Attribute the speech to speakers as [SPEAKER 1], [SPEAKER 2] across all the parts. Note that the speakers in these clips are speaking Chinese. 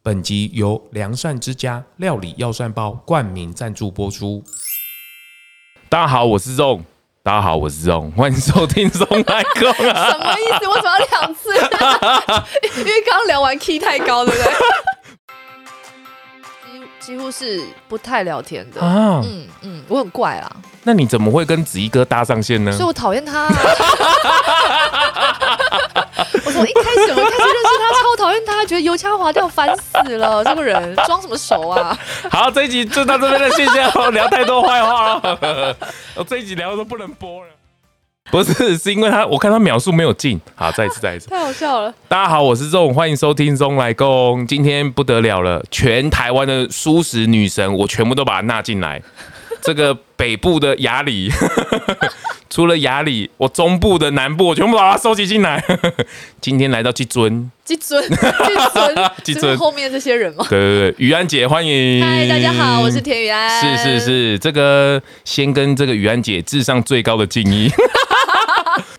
[SPEAKER 1] 本集由良善之家料理药膳包冠名赞助播出。
[SPEAKER 2] 大家好，我是 Zong。大家好，我是 Zong，欢 迎收听 Zong 来空啊！
[SPEAKER 3] 什么意思？为什么要两次？ 因为刚刚聊完 key 太高，对不对？几乎几乎是不太聊天的。
[SPEAKER 2] 啊，
[SPEAKER 3] 嗯嗯，我很怪啦，
[SPEAKER 2] 那你怎么会跟子怡哥搭上线呢
[SPEAKER 3] 所以？我讨厌他、啊。 我从一开始，我一开始认识他，超讨厌他，觉得油腔滑调，烦死了。这个人装什么熟啊？
[SPEAKER 2] 好，这一集就到这边了，谢谢哦。聊太多坏话了， 我这一集聊的都不能播了。不是，是因为他，我看他秒数没有进。好，再一次，再一次。
[SPEAKER 3] 太好笑了。
[SPEAKER 2] 大家好，我是 Zong，欢迎收听 Zong 来共。今天不得了了，全台湾的素食女神，我全部都把她纳进来。这个北部的雅里， 除了雅里，我中部的南部，我全部把它收集进来。 今天来到基尊，
[SPEAKER 3] 鸡尊，鸡尊，
[SPEAKER 2] 鸡尊
[SPEAKER 3] 就是后面这些人吗？
[SPEAKER 2] 对对对，于安姐，欢迎。
[SPEAKER 3] 嗨，大家好，我是。田雨安。
[SPEAKER 2] 是是。是，这个先跟这个于安姐致上最高的敬 意。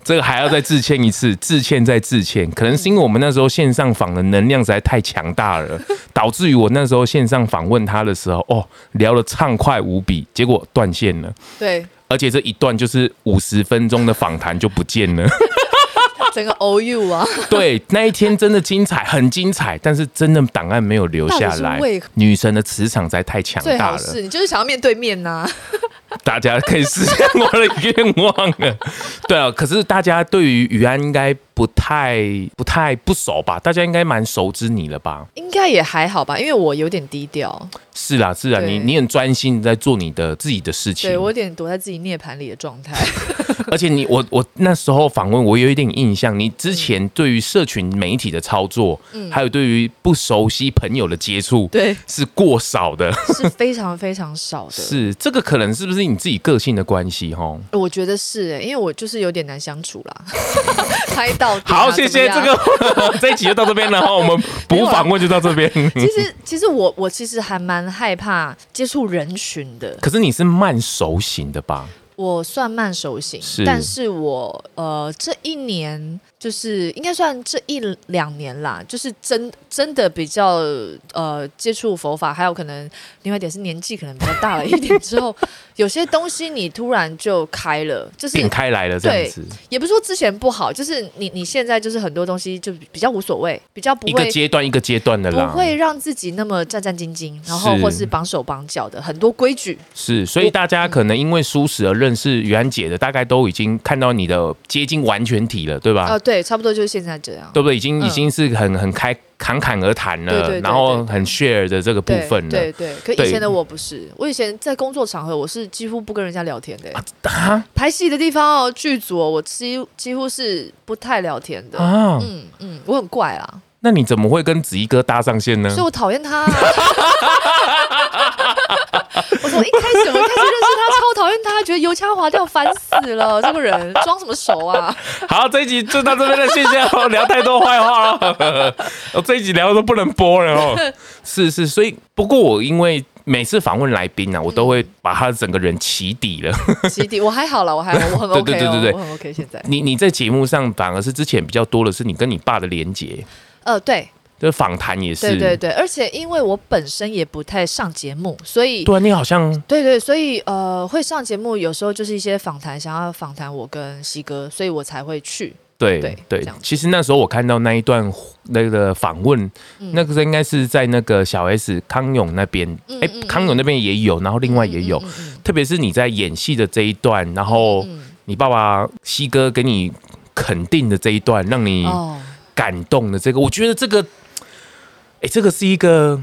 [SPEAKER 2] 这个还要再致歉一次，致歉再致歉，可能是因为我们那时候线上访的能量实在太强大了，导致于我那时候线上访问他的时候，哦，聊得畅快无比，结果断线了，
[SPEAKER 3] 对，
[SPEAKER 2] 而且这一段就是五十分钟的访谈就不见 了。
[SPEAKER 3] 整个 OU 啊。
[SPEAKER 2] 对，那一天真的精彩，很精彩，但是真的档案没有留下
[SPEAKER 3] 到底
[SPEAKER 2] 来
[SPEAKER 3] 是为何，
[SPEAKER 2] 女神的磁场实在太强
[SPEAKER 3] 最
[SPEAKER 2] 大
[SPEAKER 3] 好
[SPEAKER 2] 了。
[SPEAKER 3] 是你就是想要面对面啊呐、
[SPEAKER 2] 大家可以实现我的愿望了。对啊，可是大家对于雨安应该不太、不太不熟吧？大家应该蛮熟知你了吧？
[SPEAKER 3] 应该也还好吧，因为我有点低调，
[SPEAKER 2] 是啦，是啦，
[SPEAKER 3] 对
[SPEAKER 2] 你你很专心在做你的自己的事情
[SPEAKER 3] 对。我有点躲在自己涅槃里的状 态。
[SPEAKER 2] 而且你我我那时候访问，我有一点印象，你之前对于社群媒体的操作，还有对于不熟悉朋友的接触，
[SPEAKER 3] 嗯对，
[SPEAKER 2] 是过少的。
[SPEAKER 3] 是非常非常少的。，
[SPEAKER 2] 是这个可能是不是你自己个性的关系？吼。
[SPEAKER 3] 我觉得是、欸，因为我就是有点难相处 啦。拍到底啊
[SPEAKER 2] 好，谢谢
[SPEAKER 3] 怎
[SPEAKER 2] 这
[SPEAKER 3] 么样
[SPEAKER 2] 个 这一集就到这边了哈，我们
[SPEAKER 3] 没
[SPEAKER 2] 补
[SPEAKER 3] 有啊
[SPEAKER 2] 访问就到这边。
[SPEAKER 3] 其实，其实我我其实还蛮害怕接触人群的，
[SPEAKER 2] 可是你是慢熟型的吧？
[SPEAKER 3] 我算慢熟型，
[SPEAKER 2] 是
[SPEAKER 3] 但是我呃这一年就是应该算这一两年啦，就是真真的比较呃接触佛法，还有可能另外一点是年纪可能比较大了一 点之后，有些东西你突然就开了，就是
[SPEAKER 2] 顶开来了这样子，
[SPEAKER 3] 也不是说之前不好，就是你你现在就是很多东西就比较无所谓，比较不
[SPEAKER 2] 一个
[SPEAKER 3] 会。
[SPEAKER 2] 阶段一个阶段的
[SPEAKER 3] 不
[SPEAKER 2] 啦。
[SPEAKER 3] 会让自己那么战战兢兢，然后
[SPEAKER 2] 是
[SPEAKER 3] 或是绑手绑脚的，很多规矩
[SPEAKER 2] 是，所以大家可能因为舒适而认识袁姐的，大概都已经看到你的接近完全体了，对吧？
[SPEAKER 3] 啊、对，差不多就是现在这样。
[SPEAKER 2] 对不对？已经
[SPEAKER 3] 嗯
[SPEAKER 2] 已经是很很开侃侃而谈了，
[SPEAKER 3] 对对对
[SPEAKER 2] 然后很 share 的这个部
[SPEAKER 3] 对
[SPEAKER 2] 分了。
[SPEAKER 3] 对对，可
[SPEAKER 2] 对
[SPEAKER 3] 以前的我不是，我以前在工作场合我是几乎不跟人家聊天的、
[SPEAKER 2] 啊
[SPEAKER 3] 排戏的地方哦，剧组哦，我几几乎是不太聊天的。
[SPEAKER 2] 啊！
[SPEAKER 3] 嗯嗯，我很怪啦，
[SPEAKER 2] 那你怎么会跟子怡哥搭上线呢
[SPEAKER 3] 所以？我讨厌他、啊。 我从一开始，我一开始认识他，超讨厌他，觉得油腔滑调，烦死了。这个人装什么熟啊？
[SPEAKER 2] 好，这一集就到这边了，谢谢哦。聊太多坏话 了，我这一集聊的都不能播了哦。是是，所以不过我因为每次访问来宾啊，我都会把他整个人起底了。
[SPEAKER 3] 基底，我还好啦，我还我很 OK
[SPEAKER 2] 对对对
[SPEAKER 3] 哦，
[SPEAKER 2] 对对
[SPEAKER 3] 我很 OK 现在。
[SPEAKER 2] 你你在节目上反而是之前比较多的是你跟你爸的连结，
[SPEAKER 3] 呃，对
[SPEAKER 2] 就是访谈也是。
[SPEAKER 3] 对对对，而且因为我本身也不太上节目，所以
[SPEAKER 2] 对啊，你好像
[SPEAKER 3] 对对，所以呃，会上节目有时候就是一些访谈，想要访谈我跟西哥，所以我才会去。
[SPEAKER 2] 对
[SPEAKER 3] 对
[SPEAKER 2] 对
[SPEAKER 3] 这样子
[SPEAKER 2] 其实那时候我看到那一段那个访问，
[SPEAKER 3] 嗯
[SPEAKER 2] 那个应该是在那个小 S 康永那边，哎、
[SPEAKER 3] 嗯嗯
[SPEAKER 2] 康永那边也有，然后另外也有，特别是你在演戏的这一段，然后
[SPEAKER 3] 嗯
[SPEAKER 2] 你爸爸西哥给你肯定的这一段，让你
[SPEAKER 3] 哦，
[SPEAKER 2] 感动的这个，我觉得这个，哎、这个是一个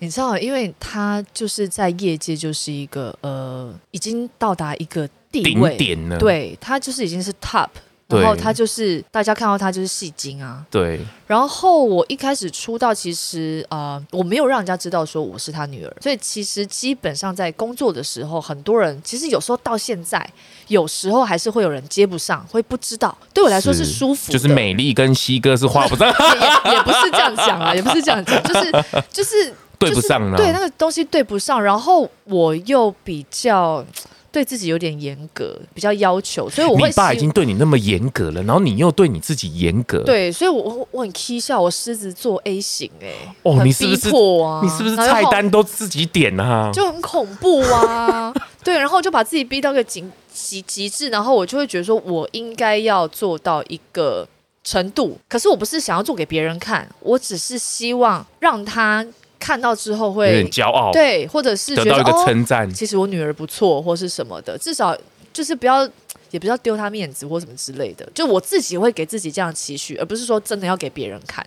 [SPEAKER 3] 你知道，因为他就是在业界就是一个呃，已经到达一个地
[SPEAKER 2] 顶
[SPEAKER 3] 位，
[SPEAKER 2] 点呢，
[SPEAKER 3] 对他就是已经是 top。
[SPEAKER 2] 对
[SPEAKER 3] 然后他就是大家看到他就是戏精啊。
[SPEAKER 2] 对
[SPEAKER 3] 然后我一开始出道，其实呃我没有让人家知道说我是他女儿，所以其实基本上在工作的时候，很多人其实有时候到现在，有时候还是会有人接不上，会不知道。对我来说是
[SPEAKER 2] 是
[SPEAKER 3] 舒服的，
[SPEAKER 2] 就是美丽跟西哥是画不上，
[SPEAKER 3] 也也不是这样讲啊，也不是这样讲，就是 就是
[SPEAKER 2] 对不上了
[SPEAKER 3] 就是对那个东西对不上，然后我又比较对自己有点严格，比较要求，所以 我会
[SPEAKER 2] 你爸
[SPEAKER 3] 希
[SPEAKER 2] 已经对你那么严格了，然后你又对你自己严格，，
[SPEAKER 3] 对，所以我我我很 k 笑，我狮子座 A 型哎、
[SPEAKER 2] 哦
[SPEAKER 3] 很
[SPEAKER 2] 你是不是
[SPEAKER 3] 逼迫啊？
[SPEAKER 2] 你是不是
[SPEAKER 3] 然后
[SPEAKER 2] 菜单都自己点啊？
[SPEAKER 3] 就很恐怖啊？ 对，然后就把自己逼到一个极极极致，然后我就会觉得说我应该要做到一个程度，可是我不是想要做给别人看，我只是希望让他看到之后
[SPEAKER 2] 有
[SPEAKER 3] 会
[SPEAKER 2] 点骄傲，
[SPEAKER 3] 对，或者是觉
[SPEAKER 2] 得到
[SPEAKER 3] 得
[SPEAKER 2] 一个
[SPEAKER 3] 哦，
[SPEAKER 2] 称赞，
[SPEAKER 3] 其实我女儿不错，或是什么的，至少就是不要。也不要丢她面子或什么之类的，就我自己会给自己这样的期许，而不是说真的要给别人看，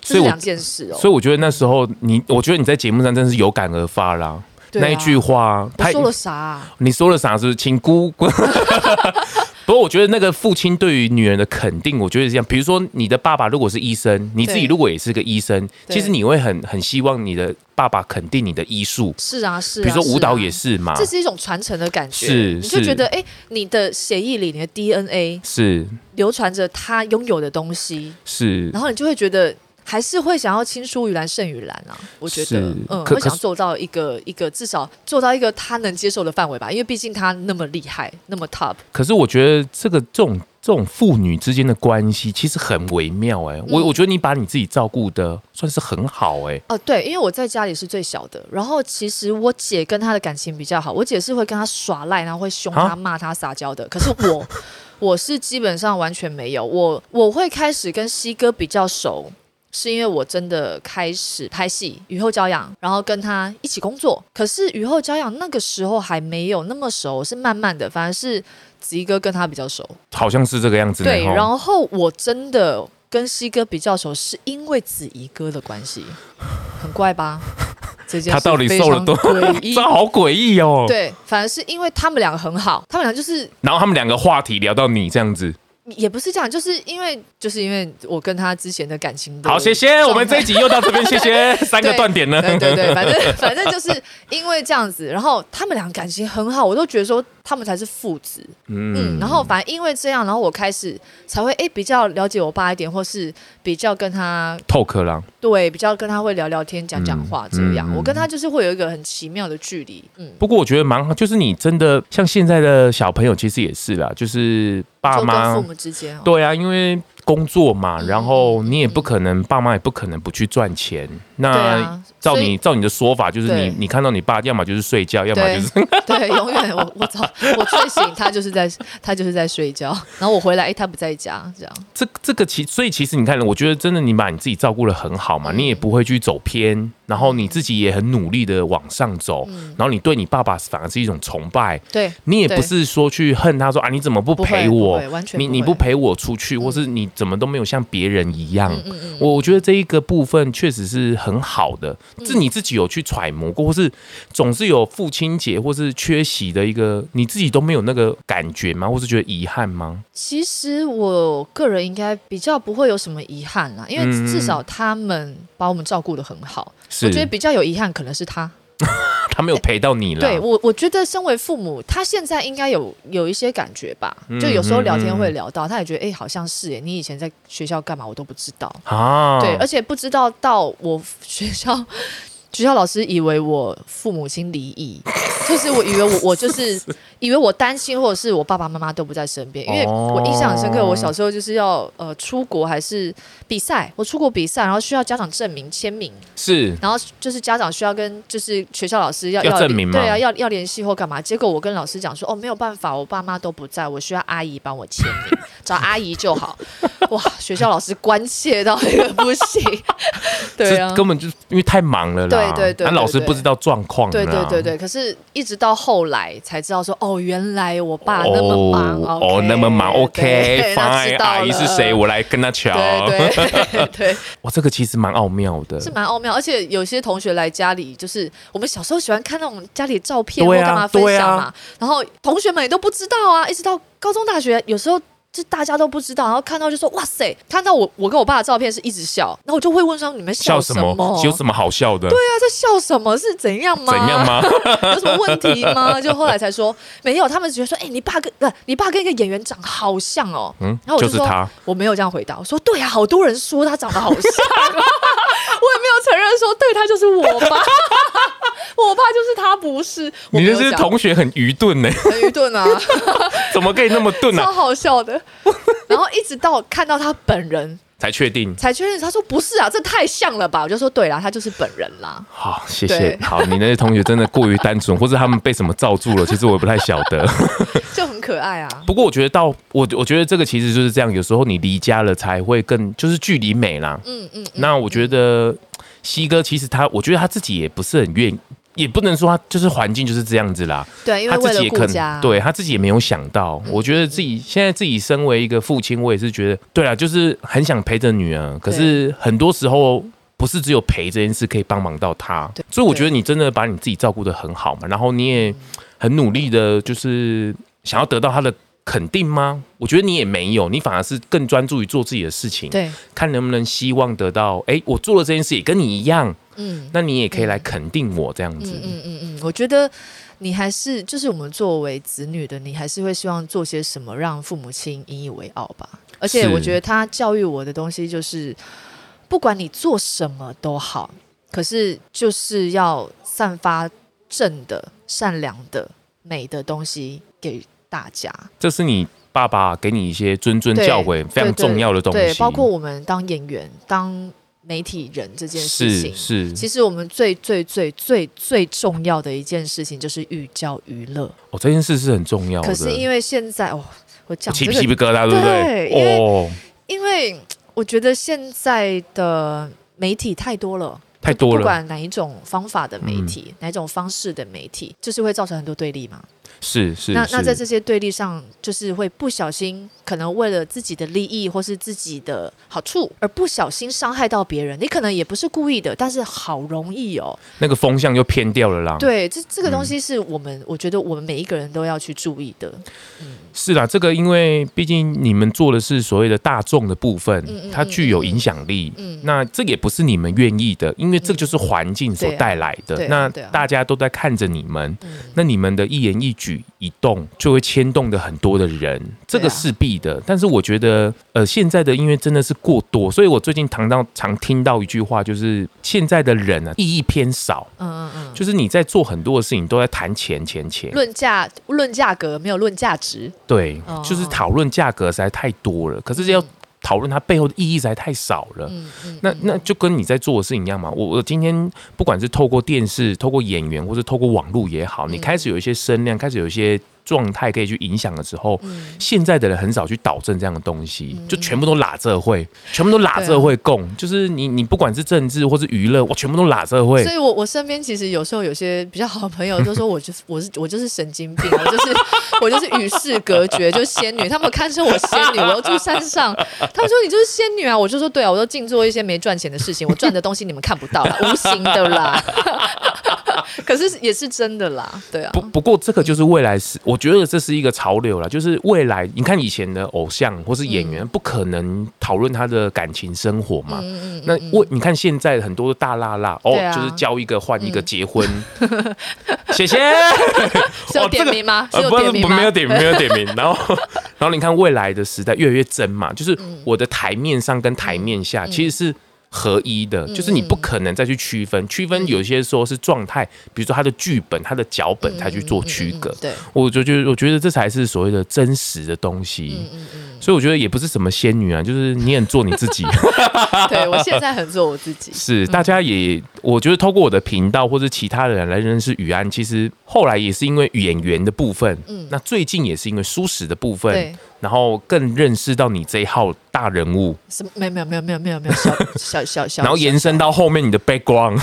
[SPEAKER 3] 这
[SPEAKER 2] 所以
[SPEAKER 3] 是
[SPEAKER 2] 我
[SPEAKER 3] 两件事哦。
[SPEAKER 2] 所以我觉得那时候你，我觉得你在节目上真是有感而发啦。
[SPEAKER 3] 对啊
[SPEAKER 2] 那一句话，
[SPEAKER 3] 我说了啥啊、
[SPEAKER 2] 你说了啥？是不是？请姑。 不过我觉得那个父亲对于女人的肯定，我觉得是这样。比如说你的爸爸如果是医生，你自己
[SPEAKER 3] 对
[SPEAKER 2] 如果也是个医生，
[SPEAKER 3] 对
[SPEAKER 2] 其实你会很很希望你的爸爸肯定你的医术。
[SPEAKER 3] 是啊，是啊。
[SPEAKER 2] 比如说舞蹈
[SPEAKER 3] 是啊
[SPEAKER 2] 也是嘛，
[SPEAKER 3] 这是一种传承的感觉，
[SPEAKER 2] 是
[SPEAKER 3] 你就是觉得哎、诶你的血液里，你的 DNA
[SPEAKER 2] 是
[SPEAKER 3] 流传着他拥有的东西，
[SPEAKER 2] 是
[SPEAKER 3] 然后你就会觉得还是会想要青出于蓝胜于蓝啊。我觉
[SPEAKER 2] 是
[SPEAKER 3] 得，嗯，
[SPEAKER 2] 可
[SPEAKER 3] 会
[SPEAKER 2] 可
[SPEAKER 3] 想
[SPEAKER 2] 是
[SPEAKER 3] 做到一个一个至少做到一个他能接受的范围吧，因为毕竟他那么厉害，那么 top，
[SPEAKER 2] 可是我觉得这个这种这种父女之间的关系其实很微妙哎、
[SPEAKER 3] 嗯
[SPEAKER 2] 我我觉得你把你自己照顾的算是很好哎、
[SPEAKER 3] 哦，对，因为我在家里是最小的，然后其实我姐跟她的感情比较好，我姐是会跟她耍赖，然后会凶
[SPEAKER 2] 啊
[SPEAKER 3] 她、骂她、撒娇的。可是我，我是基本上完全没有，我我会开始跟西哥比较熟。是因为我真的开始拍戏，雨后骄阳，然后跟他一起工作。可是雨后骄阳那个时候还没有那么熟，是慢慢的，反而是子怡哥跟他比较熟。
[SPEAKER 2] 好像是这个样子呢
[SPEAKER 3] 对，
[SPEAKER 2] 齁
[SPEAKER 3] 然后我真的跟西哥比较熟，是因为子怡哥的关 系，很怪吧？这件
[SPEAKER 2] 他
[SPEAKER 3] 事
[SPEAKER 2] 到底
[SPEAKER 3] 非
[SPEAKER 2] 受了
[SPEAKER 3] 常
[SPEAKER 2] 多
[SPEAKER 3] 诡 异
[SPEAKER 2] 这。好诡异哦。
[SPEAKER 3] 对，反而是因为他们两个很好，他们俩就是
[SPEAKER 2] 然后他们两个话题聊到你这样子，
[SPEAKER 3] 也不是这样，就是因为就是因为我跟他之前的感情的
[SPEAKER 2] 好，谢谢，我们这一集又到这边，谢谢，三个
[SPEAKER 3] 对
[SPEAKER 2] 断点了。
[SPEAKER 3] 对 对对，反正反正就是因为这样子，然后他们俩感情很好，我都觉得说他们才是父子。嗯，然后反正因为这样，然后我开始才会哎比较了解我爸一点，或是比较跟他
[SPEAKER 2] 透克啦，
[SPEAKER 3] 对，比较跟他会聊聊天、讲讲话这样。
[SPEAKER 2] 嗯嗯
[SPEAKER 3] 我跟他就是会有一个很奇妙的距离，嗯，
[SPEAKER 2] 不过我觉得蛮好，就是你真的像现在的小朋友，其实也是啦，就是爸
[SPEAKER 3] 就跟
[SPEAKER 2] 妈
[SPEAKER 3] 父，母之间、哦，
[SPEAKER 2] 对啊，因为工作嘛，
[SPEAKER 3] 嗯
[SPEAKER 2] 然后你也不可能，爸妈也不可能不去赚钱。
[SPEAKER 3] 对
[SPEAKER 2] 那
[SPEAKER 3] 啊，
[SPEAKER 2] 照
[SPEAKER 3] 所以
[SPEAKER 2] 你照你的说法，就是你
[SPEAKER 3] 对
[SPEAKER 2] 你看到你爸，要么就是睡觉，要么就是
[SPEAKER 3] 对，永远我我早我睡醒，他就是在他就是在睡觉，然后我回来，哎、他不在家，这样
[SPEAKER 2] 这这个其所以其实你看，我觉得真的你把你自己照顾的很好
[SPEAKER 3] 嗯
[SPEAKER 2] 嘛，你也不会去走偏，然后你自己也很努力的往上走，然后你对你爸爸反而是一种崇拜，
[SPEAKER 3] 对，
[SPEAKER 2] 你也
[SPEAKER 3] 嗯对
[SPEAKER 2] 不是说去恨他说啊，你怎么不
[SPEAKER 3] 不会
[SPEAKER 2] 陪
[SPEAKER 3] 不
[SPEAKER 2] 我？
[SPEAKER 3] 会完全
[SPEAKER 2] 你你
[SPEAKER 3] 不
[SPEAKER 2] 不
[SPEAKER 3] 会
[SPEAKER 2] 陪我出去，或是你怎么都没有像别人一样。
[SPEAKER 3] 嗯嗯
[SPEAKER 2] 我我觉得这一个部分确实是很好的，
[SPEAKER 3] 嗯
[SPEAKER 2] 是你自己有去揣摩过，或是总是有父亲节或是缺席的一个，你自己都没有那个感觉吗？或是觉得遗憾吗？
[SPEAKER 3] 其实我个人应该比较不会有什么遗憾啦，因为
[SPEAKER 2] 嗯嗯
[SPEAKER 3] 至少他们把我们照顾的很好，
[SPEAKER 2] 是
[SPEAKER 3] 我觉得比较有遗憾可能是他。
[SPEAKER 2] 他没有陪到你啦。
[SPEAKER 3] 对我，我觉得身为父母，他现在应该有有一些感觉吧。就有时候聊天会聊到，他也觉得，哎、好像是哎，你以前在学校干嘛，我都不知道。
[SPEAKER 2] 啊，
[SPEAKER 3] 对，而且不知道到我 学校，学校老师以为我父母亲离异，就是我以为我我就是以为我担心，或者是我爸爸妈妈都不在身边，因为
[SPEAKER 2] 哦
[SPEAKER 3] 我印象很深刻，我小时候就是要呃出国还是比赛，我出国比赛，然后需要家长证明签名，
[SPEAKER 2] 是
[SPEAKER 3] 然后就是家长需要跟就是学校老师要
[SPEAKER 2] 要证明吗
[SPEAKER 3] 对啊，要要联系或干嘛？结果我跟老师讲说，哦，没有办法，我爸妈都不在，我需要阿姨帮我签名，找阿姨就好。 哇，学校老师关切到一个不行， 对啊
[SPEAKER 2] 这。根本就是因为太忙了啦，
[SPEAKER 3] 对对对
[SPEAKER 2] 那老师
[SPEAKER 3] 对对
[SPEAKER 2] 不知道状况啦，
[SPEAKER 3] 对对对对，可是一直到后来才知道说，哦，原来我爸那么忙，
[SPEAKER 2] 哦
[SPEAKER 3] OK，
[SPEAKER 2] 哦那么忙
[SPEAKER 3] 对 那
[SPEAKER 2] ，OK，fine，
[SPEAKER 3] 知道了嗯
[SPEAKER 2] 阿姨是谁？我来跟她瞧。
[SPEAKER 3] 对对 对，
[SPEAKER 2] 哇，这个其实蛮奥妙 的，
[SPEAKER 3] 是蛮奥妙，而且有些同学来家里，就是我们小时候喜欢看那种家里的照片或
[SPEAKER 2] 对啊
[SPEAKER 3] 干嘛分
[SPEAKER 2] 对
[SPEAKER 3] 享
[SPEAKER 2] 啊
[SPEAKER 3] 嘛，然后同学们也都不知道啊，一直到高中大学，有时候就大家都不知道，然后看到就说哇塞，看到我我跟我爸的照片是一直笑，然后我就会问说你们
[SPEAKER 2] 笑
[SPEAKER 3] 什
[SPEAKER 2] 什么？有什么好笑的？对
[SPEAKER 3] 对啊，在笑什么？是怎样吗？
[SPEAKER 2] 怎样？ 吗？
[SPEAKER 3] 有什么问题吗？ 就后来才说没有，他们只觉得说，哎、你爸跟不、你爸跟一个演员长好像哦。
[SPEAKER 2] 嗯
[SPEAKER 3] 然后我
[SPEAKER 2] 就
[SPEAKER 3] 就是说
[SPEAKER 2] 他
[SPEAKER 3] 我没有这样回答，我说对啊，好多人 说他长得好像、我也没有承认说对他就是我吧。 我怕就是他不是，
[SPEAKER 2] 你
[SPEAKER 3] 我没
[SPEAKER 2] 这
[SPEAKER 3] 有
[SPEAKER 2] 是
[SPEAKER 3] 讲
[SPEAKER 2] 同学很愚钝呢、
[SPEAKER 3] 很愚钝啊，
[SPEAKER 2] 怎么可以那么钝呢、啊
[SPEAKER 3] 超好笑的。然后一直到看到他本人
[SPEAKER 2] 才确定。
[SPEAKER 3] 才确认，他说不是啊，这太像了吧？我就说对啦，他就是本人 啦。
[SPEAKER 2] 好，谢谢
[SPEAKER 3] 对。
[SPEAKER 2] 好，你那些同学真的过于单 纯，或者他们被什么罩住了，其实我也不太晓得。
[SPEAKER 3] 就很可爱啊。
[SPEAKER 2] 不过我觉得到我，我觉得这个其实就是这样，有时候你离家了才会更就是距离美啦。嗯嗯。那我觉得西哥其实他，我觉得他自己也不是很愿意。也不能说他就是环境就是这样子啦，
[SPEAKER 3] 对，因为
[SPEAKER 2] 他
[SPEAKER 3] 为
[SPEAKER 2] 自己
[SPEAKER 3] 了
[SPEAKER 2] 也
[SPEAKER 3] 顾
[SPEAKER 2] 可
[SPEAKER 3] 家，嗯
[SPEAKER 2] 能，对他自己也没有想到。我觉得自己现在自己身为一个父亲，我也是觉得，对啦，就是很想陪着女儿，可是很多时候不是只有陪这件事可以帮忙到她
[SPEAKER 3] 对。嗯
[SPEAKER 2] 所以我觉得你真的把你自己照顾的很好嘛，然后你也很努力的，就是想要得到她的肯定吗？我觉得你也没有，你反而是更专注于做自己的事情，
[SPEAKER 3] 对，
[SPEAKER 2] 看能不能希望得到，哎、我做了这件事也跟你一样，
[SPEAKER 3] 嗯
[SPEAKER 2] 那你也可以来肯定我这样子。
[SPEAKER 3] 嗯嗯嗯嗯，我觉得你还是就是我们作为子女的，你还是会希望做些什么让父母亲引以为傲吧。而且
[SPEAKER 2] 是
[SPEAKER 3] 我觉得他教育我的东西就是，不管你做什么都好，可是就是要散发正的、善良的、美的东西给大家。
[SPEAKER 2] 这是你爸爸给你一些谆谆
[SPEAKER 3] 对
[SPEAKER 2] 教诲非常重要的东西，
[SPEAKER 3] 对，包括我们当演员、当媒体人这件事情
[SPEAKER 2] 是，是
[SPEAKER 3] 其实我们最最最最最重要的一件事情就是寓教于乐。
[SPEAKER 2] 哦，这件事是很重要的。
[SPEAKER 3] 可是因为现在哦，我讲
[SPEAKER 2] 起
[SPEAKER 3] 这
[SPEAKER 2] 鸡
[SPEAKER 3] 个，
[SPEAKER 2] 皮疙瘩，对不
[SPEAKER 3] 对因为
[SPEAKER 2] 对？哦，
[SPEAKER 3] 因为我觉得现在的媒体太多了。
[SPEAKER 2] 太多
[SPEAKER 3] 不
[SPEAKER 2] 了，嗯
[SPEAKER 3] 管哪一种方法的媒体，哪一种方式的媒体，就是会造成很多对立嘛。
[SPEAKER 2] 是是
[SPEAKER 3] 那那在
[SPEAKER 2] 是，
[SPEAKER 3] 这些对立上，就是会不小心，可能为了自己的利益或是自己的好处，而不小心伤害到别人。你可能也不是故意的，但是好容易哦。
[SPEAKER 2] 那个风向就偏掉了啦。，
[SPEAKER 3] 对，这这个东西是我们，我觉得我们每一个人都要去注意的。
[SPEAKER 2] 是啦，这个因为毕竟你们做的是所谓的大众的部分，
[SPEAKER 3] 嗯
[SPEAKER 2] 它具有影响力。那这也不是你们愿意的，因为这就是环境所
[SPEAKER 3] 嗯对啊
[SPEAKER 2] 带来的
[SPEAKER 3] 对。啊
[SPEAKER 2] 那
[SPEAKER 3] 对啊嗯
[SPEAKER 2] 大家都在看着你们，那你们的一言一举一动就会牵动的很多的人，这个
[SPEAKER 3] 对啊
[SPEAKER 2] 是必的。但是我觉得，呃，现在的音乐真的是过多，所以我最近常到常听到一句话，就是现在的人啊，意义偏少，
[SPEAKER 3] 嗯嗯嗯，
[SPEAKER 2] 就是你在做很多的事情都在谈钱钱钱，
[SPEAKER 3] 论价论价格没有论价值，
[SPEAKER 2] 对，
[SPEAKER 3] 哦
[SPEAKER 2] 就是讨论价格实在太多了，可是要讨论它背后的意义实在太少了。
[SPEAKER 3] 嗯嗯，
[SPEAKER 2] 那那就跟你在做的事情一样嘛。我我今天不管是透过电视、透过演员，或是透过网络也好，你
[SPEAKER 3] 嗯
[SPEAKER 2] 开始有一些声量，开始有一些状态可以去影响的时候，
[SPEAKER 3] 嗯
[SPEAKER 2] 现在的人很少去导正这样的东西，就全部都拉这会，全部都拉这会共，就是你你不管是政治或是娱乐，我全部都拉这会
[SPEAKER 3] 所。以我我身边其实有时候有些比较好的朋友都说我就是我是我就是神经病，我就是我就是与世隔绝，就是仙女。他们堪称我仙女，我又住山上，他们说你就是仙女啊，我就说对啊，我都净做一些没赚钱的事情，我赚的东西你们看不到啦，无形的啦。可是也是真的啦，对啊
[SPEAKER 2] 不，不过这个就是未来是，我觉得这是一个潮流了，就是未来你看以前的偶像或是演员，
[SPEAKER 3] 嗯
[SPEAKER 2] 不可能讨论他的感情生活嘛。那我你看现在很多大辣辣哦
[SPEAKER 3] 嗯对，啊
[SPEAKER 2] 就是交一个换一个结婚， 谢 谢。
[SPEAKER 3] 是有点名吗？是有
[SPEAKER 2] 不
[SPEAKER 3] 点名吗？
[SPEAKER 2] 没有点名，没有点名。然 后，然后你看未来的时代越来越真嘛，就是
[SPEAKER 3] 嗯
[SPEAKER 2] 我的台面上跟台面下其实是合一的，
[SPEAKER 3] 嗯
[SPEAKER 2] 就是你不可能再去区分，区分有些时候是状态，比如说他的剧本、他的脚
[SPEAKER 3] 嗯
[SPEAKER 2] 本才去做区隔。
[SPEAKER 3] 对，
[SPEAKER 2] 我就觉得，我觉得这才是所谓的真实的东西。所以我觉得也不是什么仙女啊，就是你很做你自己。
[SPEAKER 3] 对我现在很做我自己。
[SPEAKER 2] 是，大家也，我觉得透过我的频道或者其他的人来认识雨安，其实后来也是因为演员的部分，那最近也是因为舒适的部分
[SPEAKER 3] 对，
[SPEAKER 2] 然后更认识到你这一号大人物，
[SPEAKER 3] 什么？没有没有没有没有没有没有小小小小，
[SPEAKER 2] 然后延伸到后面你的 background，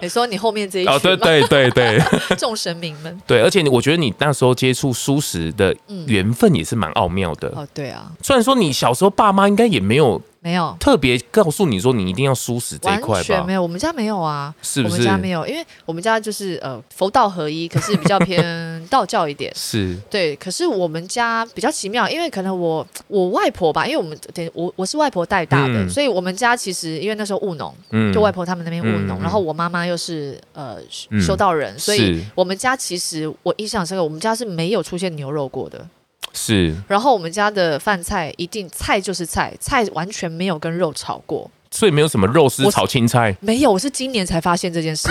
[SPEAKER 3] 你说你后面这一
[SPEAKER 2] 哦，对
[SPEAKER 3] 群吗
[SPEAKER 2] 对对对
[SPEAKER 3] 众神明们，
[SPEAKER 2] 对，而且你我觉得你那时候接触舒适的缘分也是蛮奥妙的。
[SPEAKER 3] 哦对啊，
[SPEAKER 2] 虽然说你小时候爸妈应该也没有
[SPEAKER 3] 没有，
[SPEAKER 2] 特别告诉你说你一定要舒适这一块
[SPEAKER 3] 完全
[SPEAKER 2] 吧
[SPEAKER 3] 没，有，我们家没有啊，
[SPEAKER 2] 是不
[SPEAKER 3] 我们家
[SPEAKER 2] 是
[SPEAKER 3] 没有，因为我们家就是呃佛道合一，可是比较偏道教一点。
[SPEAKER 2] 是
[SPEAKER 3] 对，可是我们家比较奇妙，因为可能我我外婆吧，因为我们等我我是外婆带大的，
[SPEAKER 2] 嗯
[SPEAKER 3] 所以我们家其实因为那时候务农，
[SPEAKER 2] 嗯
[SPEAKER 3] 就外婆他们那边务农，
[SPEAKER 2] 嗯嗯
[SPEAKER 3] 然后我妈妈又是呃修
[SPEAKER 2] 嗯
[SPEAKER 3] 修道人，所以
[SPEAKER 2] 是
[SPEAKER 3] 我们家其实我印象深刻，我们家是没有出现牛肉过的。
[SPEAKER 2] 是，
[SPEAKER 3] 然后我们家的饭菜一定菜就是菜，菜完全没有跟肉炒过，
[SPEAKER 2] 所以没有什么肉丝
[SPEAKER 3] 我
[SPEAKER 2] 炒青菜。
[SPEAKER 3] 没有，我是今年才发现这件事。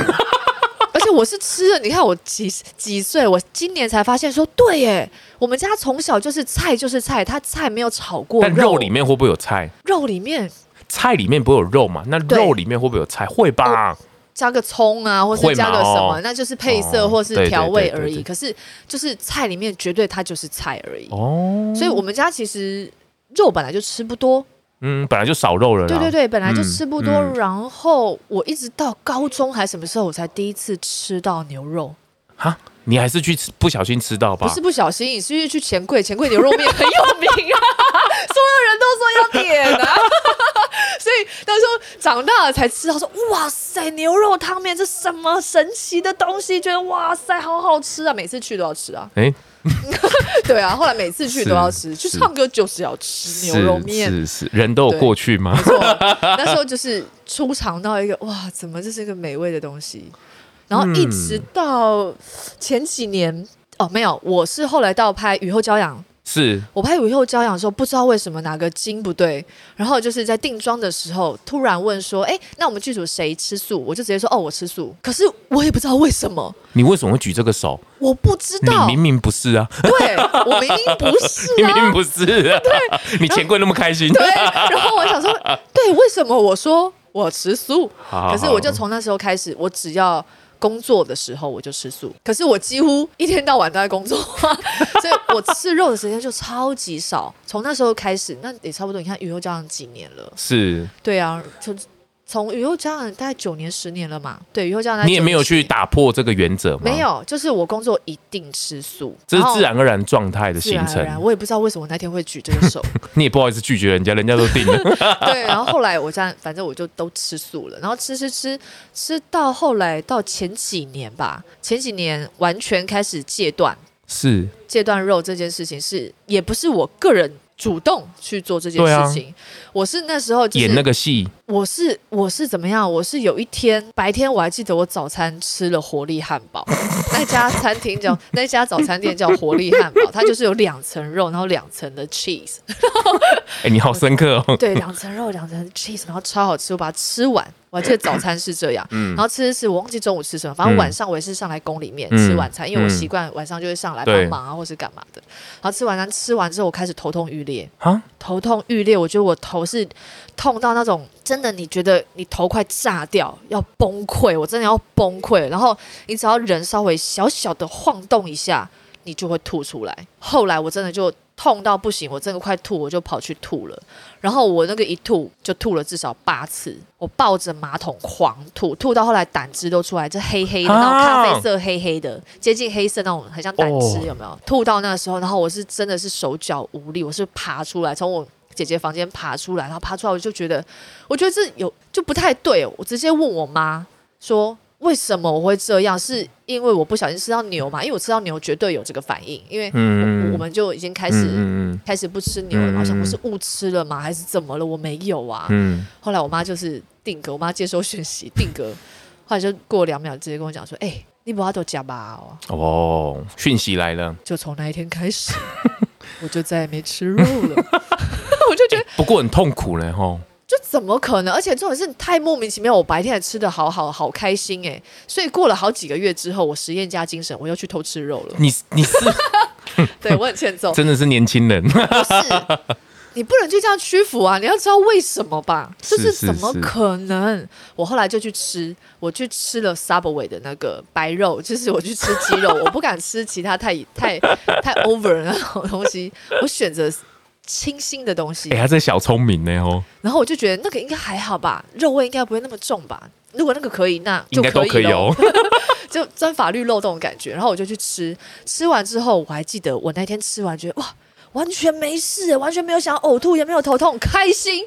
[SPEAKER 3] 而且我是吃了，你看我几几岁，我今年才发现说，对耶，我们家从小就是菜就是菜，它菜没有炒过
[SPEAKER 2] 但肉里面会不会有菜？
[SPEAKER 3] 肉里面
[SPEAKER 2] 菜里面不会有肉嘛？那
[SPEAKER 3] 对
[SPEAKER 2] 肉里面会不会有菜？会
[SPEAKER 3] 哦
[SPEAKER 2] 吧？
[SPEAKER 3] 加个葱啊，或是
[SPEAKER 2] 会吗
[SPEAKER 3] 加个什么
[SPEAKER 2] 哦，
[SPEAKER 3] 那就是配色
[SPEAKER 2] 哦
[SPEAKER 3] 或是
[SPEAKER 2] 对对
[SPEAKER 3] 调味
[SPEAKER 2] 对对
[SPEAKER 3] 而已。
[SPEAKER 2] 对
[SPEAKER 3] 可是就是菜里面绝对它就是菜而已，
[SPEAKER 2] 哦，
[SPEAKER 3] 所以我们家其实肉本来就吃不多，
[SPEAKER 2] 嗯，本来就少肉了啦。
[SPEAKER 3] 对对对，本来就吃不多。
[SPEAKER 2] 嗯
[SPEAKER 3] 然后我一直到高中还什么时候，我才第一次吃到牛肉，
[SPEAKER 2] 哈，你还是去吃，不小心吃到吧
[SPEAKER 3] 不？是不小心，你是因为去钱柜，钱柜牛肉面很有名 啊，所有人都说要点啊。 所以那时候长大了才知道说，哇塞，牛肉汤面这什么神奇的东西？觉得哇塞，好好吃啊！每次去都要吃啊，
[SPEAKER 2] 哎，
[SPEAKER 3] 对啊，后来每次去都要吃，去
[SPEAKER 2] 是
[SPEAKER 3] 唱歌就是要吃牛肉面，
[SPEAKER 2] 是是，人都有
[SPEAKER 3] 对
[SPEAKER 2] 过去吗
[SPEAKER 3] 没？错，那时候就是初尝到一个哇，怎么这是一个美味的东西？然后一直
[SPEAKER 2] 嗯
[SPEAKER 3] 到前几年、哦，没有，我是后来到拍《雨后骄阳》，
[SPEAKER 2] 是
[SPEAKER 3] 我拍《雨后骄阳》的时候，不知道为什么哪个筋不对，然后就是在定妆的时候突然问说：“哎，那我们剧组谁吃素？”我就直接说：“哦，我吃素。”可是我也不知道为什么，
[SPEAKER 2] 你为什么会举这个手？
[SPEAKER 3] 我不知
[SPEAKER 2] 你
[SPEAKER 3] 道，
[SPEAKER 2] 明明不是 啊，
[SPEAKER 3] 对我明明不是
[SPEAKER 2] 你
[SPEAKER 3] 啊，
[SPEAKER 2] 明明不是啊，你钱柜那么开心，
[SPEAKER 3] 对，然后我想说，对，为什么我说我吃素？
[SPEAKER 2] 好
[SPEAKER 3] 可是我就从那时候开始，我只要工作的时候我就吃素。可是我几乎一天到晚都在工作，所以我吃肉的时间就超级少。从那时候开始，那也差不多，你看鱼肉酱几年了？
[SPEAKER 2] 是
[SPEAKER 3] 对啊，就从鱼肉酱大概九年、十年了嘛。对，鱼肉酱大概
[SPEAKER 2] 你也
[SPEAKER 3] 9
[SPEAKER 2] 没有
[SPEAKER 3] 年10
[SPEAKER 2] 去
[SPEAKER 3] 年
[SPEAKER 2] 打破这个原则吗？
[SPEAKER 3] 没，有，就是我工作一定吃素，
[SPEAKER 2] 这是
[SPEAKER 3] 然后
[SPEAKER 2] 自然而然状态的
[SPEAKER 3] 自
[SPEAKER 2] 形
[SPEAKER 3] 然而
[SPEAKER 2] 成
[SPEAKER 3] 然。，我也不知道为什么那天会举这个手。
[SPEAKER 2] 你也不好意思拒绝人家，人家都定了。
[SPEAKER 3] 对，然后后来我这样，反正我就都吃素了，然后吃吃吃吃到后来到前几年吧，前几年完全开始戒断，
[SPEAKER 2] 是，
[SPEAKER 3] 戒断肉这件事情是也不是我个人主动去做这件
[SPEAKER 2] 对啊
[SPEAKER 3] 事情，我是那时候就是
[SPEAKER 2] 演那个戏，
[SPEAKER 3] 我是我是怎么样？我是有一天白天我还记得我早餐吃了活力汉堡， 那家餐厅叫 那家早餐店叫活力汉堡，它就是有两层肉，然后两层的 cheese，
[SPEAKER 2] 哎，你好深刻哦。
[SPEAKER 3] 对，两层肉，两层 cheese，然后超好吃，我把它吃完。我还记得早餐是这样，然后吃吃吃，我忘记中午吃什么，反正
[SPEAKER 2] 嗯
[SPEAKER 3] 晚上我也是上来宫里面
[SPEAKER 2] 嗯
[SPEAKER 3] 吃晚餐，因为我
[SPEAKER 2] 嗯
[SPEAKER 3] 习惯晚上就会上来帮
[SPEAKER 2] 对
[SPEAKER 3] 忙啊，或是干嘛的。然后吃晚餐吃完之后，我开始头痛欲裂，
[SPEAKER 2] 啊，
[SPEAKER 3] 头痛欲裂，我觉得我头是痛到那种真的，你觉得你头快炸掉，要崩溃，我真的要崩溃。然后你只要人稍微小小的晃动一下，你就会吐出来。后来我真的就痛到不行，我真的快吐，我就跑去吐了。然后我那个一吐就吐了至少八次，我抱着马桶狂吐，吐到后来胆汁都出来，这黑黑的
[SPEAKER 2] 啊
[SPEAKER 3] 那种咖啡色黑黑的，接近黑色那种，很像胆汁，
[SPEAKER 2] 哦
[SPEAKER 3] 有没有？吐到那个时候，然后我是真的是手脚无力，我是爬出来，从我姐姐房间爬出来，然后爬出来我就觉得，我觉得这有就不太对，我直接问我妈说。为什么我会这样？是因为我不小心吃到牛嘛？因为我吃到牛绝对有这个反应，因为
[SPEAKER 2] 嗯
[SPEAKER 3] 我我们就已经开
[SPEAKER 2] 嗯
[SPEAKER 3] 始
[SPEAKER 2] 嗯
[SPEAKER 3] 开始不吃牛了嘛，
[SPEAKER 2] 嗯
[SPEAKER 3] 我想我是误吃了吗？还是怎么了？我没有啊。
[SPEAKER 2] 嗯
[SPEAKER 3] 后来我妈就是定格，我妈接收讯息定 格，后来就过两秒直接跟我讲说：“哎、你不要都加吧哦。
[SPEAKER 2] 嗯，哦，讯息来了。”
[SPEAKER 3] 就从那一天开 始，我就再也没吃肉了。 我就觉得
[SPEAKER 2] 不过很痛苦呢，吼。
[SPEAKER 3] 就怎么可能？而且重点是太莫名其妙，我白天还吃的好好好开心哎、所以过了好几个月之后，我实验家精神，我又去偷吃肉了。
[SPEAKER 2] 你你是
[SPEAKER 3] 对我很欠揍，
[SPEAKER 2] 真的是年轻人，
[SPEAKER 3] 不是， 你不能就这样屈服啊！你要知道为什么吧？这
[SPEAKER 2] 是
[SPEAKER 3] 怎么
[SPEAKER 2] 是是
[SPEAKER 3] 可能？我后来就去吃，我去吃了 Subway 的那个白肉， 就是我去吃鸡肉，我不敢吃其他太太太 over 的那种东西，我选择清新的东西
[SPEAKER 2] 哎、。他这小聪明呢，吼，
[SPEAKER 3] 然后我就觉得那个应该还好吧，肉味应该不会那么重吧。如果那个可以，那
[SPEAKER 2] 应
[SPEAKER 3] 就
[SPEAKER 2] 该都可以
[SPEAKER 3] 咯
[SPEAKER 2] 哦。
[SPEAKER 3] 就钻法律漏洞的感觉。然后我就去吃，吃完之后我还记得，我那天吃完觉得哇，完全没事，欸完全没有想要呕吐，也没有头痛，开心。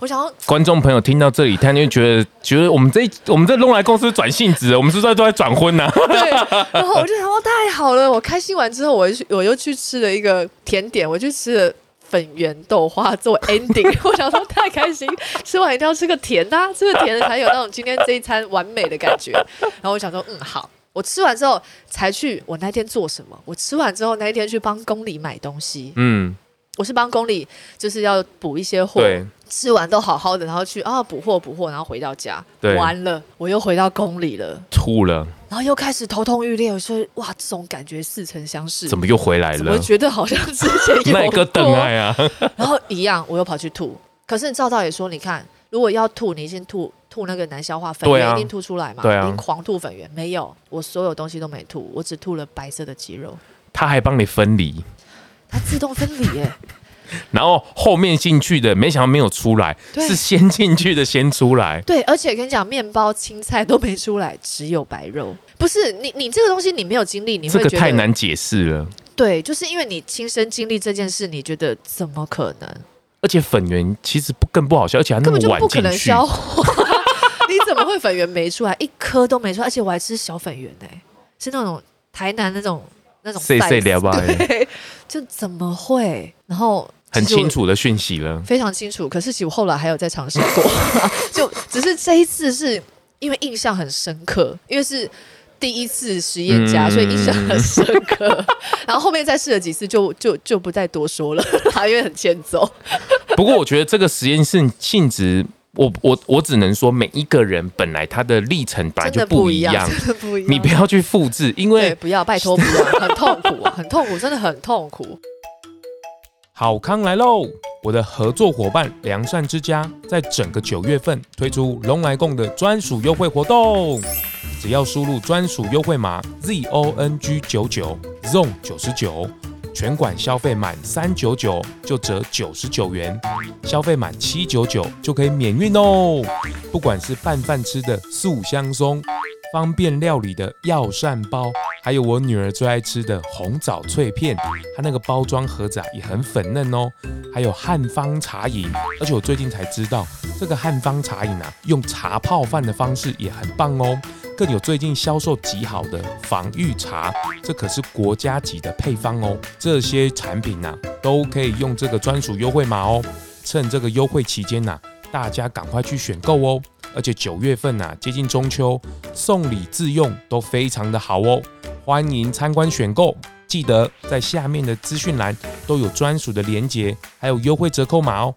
[SPEAKER 3] 我想要
[SPEAKER 2] 观众朋友听到这里，他就觉得觉得我们这一我们这弄来公司转性质了，我们是不是都在转婚呢、
[SPEAKER 3] 对，然后我就想哦，太好了！我开心完之后，我又去我又去吃了一个甜点，我去吃了。粉圆豆花做 ending，我 想说太开心，吃完一定要吃个甜的、啊，吃个甜的才有那种今天这一餐完美的感觉。然后我想说，嗯，好，我吃完之后才去，我那天做什么？我吃完之后那一天去帮宫里买东西，
[SPEAKER 2] 嗯，
[SPEAKER 3] 我是帮公里，就是要补一些货，
[SPEAKER 2] 对，
[SPEAKER 3] 吃完都好好的，然后去啊补货补货，然后回到家，
[SPEAKER 2] 对
[SPEAKER 3] 完了我又回到公里了，
[SPEAKER 2] 吐了，
[SPEAKER 3] 然后又开始头痛欲裂，我说哇，这种感觉似曾相识，
[SPEAKER 2] 怎么又回来
[SPEAKER 3] 怎么
[SPEAKER 2] 了？
[SPEAKER 3] 觉得好像之前
[SPEAKER 2] 那
[SPEAKER 3] 有
[SPEAKER 2] 一个
[SPEAKER 3] 过
[SPEAKER 2] 等爱啊，
[SPEAKER 3] 然后一样，我又跑去吐。可是赵导也说，你看，如果要吐，你先吐吐那个难消化粉
[SPEAKER 2] 对
[SPEAKER 3] 圆，
[SPEAKER 2] 啊
[SPEAKER 3] 一定吐出来嘛。
[SPEAKER 2] 对啊
[SPEAKER 3] 你狂吐粉圆没有？我所有东西都没吐，我只吐了白色的肌肉，
[SPEAKER 2] 他还帮你分离，
[SPEAKER 3] 它自动分离耶。
[SPEAKER 2] 然后后面进去的，没想到没有出来，
[SPEAKER 3] 对
[SPEAKER 2] 是先进去的先出来，
[SPEAKER 3] 对，而且跟你讲，面包、青菜都没出来，只有白肉。不是你，你这个东西你没有经历，你
[SPEAKER 2] 这
[SPEAKER 3] 会
[SPEAKER 2] 个
[SPEAKER 3] 觉得
[SPEAKER 2] 太。难解释了。
[SPEAKER 3] 对，就是因为你亲身经历这件事，你觉得怎么可能？
[SPEAKER 2] 而且粉圆其实不更不好笑，而且还那
[SPEAKER 3] 根
[SPEAKER 2] 么
[SPEAKER 3] 本就
[SPEAKER 2] 晚
[SPEAKER 3] 不可
[SPEAKER 2] 进
[SPEAKER 3] 能
[SPEAKER 2] 去，
[SPEAKER 3] 消化。 你怎么会粉圆没出来？一颗都没出来，而且我还吃小粉圆呢、是那种台南那种那种
[SPEAKER 2] 碎碎
[SPEAKER 3] size
[SPEAKER 2] 聊吧，
[SPEAKER 3] 对，就怎么会？然后
[SPEAKER 2] 很
[SPEAKER 3] 其实我
[SPEAKER 2] 清。楚的讯息了。
[SPEAKER 3] 非常清楚，可是其实我后来还有再尝试过， 就只是这一次是因为印象很深刻，因为是第一次实验家，
[SPEAKER 2] 嗯
[SPEAKER 3] 所以印象很深刻。 然后后面再试了几次就，就就不再多说了，因为很欠揍。
[SPEAKER 2] 不过我觉得这个实验性性质，我我我只能说，每一个人本来他的历程本来就
[SPEAKER 3] 真的不
[SPEAKER 2] 一
[SPEAKER 3] 一
[SPEAKER 2] 样，
[SPEAKER 3] 真的不一样。
[SPEAKER 2] 你不要去复制，因为
[SPEAKER 3] 对，不要，拜托不要，很痛苦，很痛苦，真的很痛苦。
[SPEAKER 1] 好康来喽！我的合作伙伴良善之家在整个九月份推出龙来共的专属优惠活动，只要输入专属优惠码 Z O N G 九九 Zone 九十九，全馆消费满三九九就折九十九元，消费满七九九就可以免运哦。不管是拌饭吃的素香松，方便料理的药膳包，还有我女儿最爱吃的红枣脆片。它那个包装盒子啊也很粉嫩哦，还有汉方茶饮，而且我最近才知道，这个汉方茶饮啊，用茶泡饭的方式也很棒哦。更有最近销售极好的防御茶，这可是国家级的配方哦。这些产品啊，都可以用这个专属优惠码哦。趁这个优惠期间呐、大家赶快去选购哦。而且九月份呐、接近中秋，送礼自用都非常的好哦。欢迎参观选购，记得在下面的资讯栏都有专属的连结，还有优惠折扣码哦。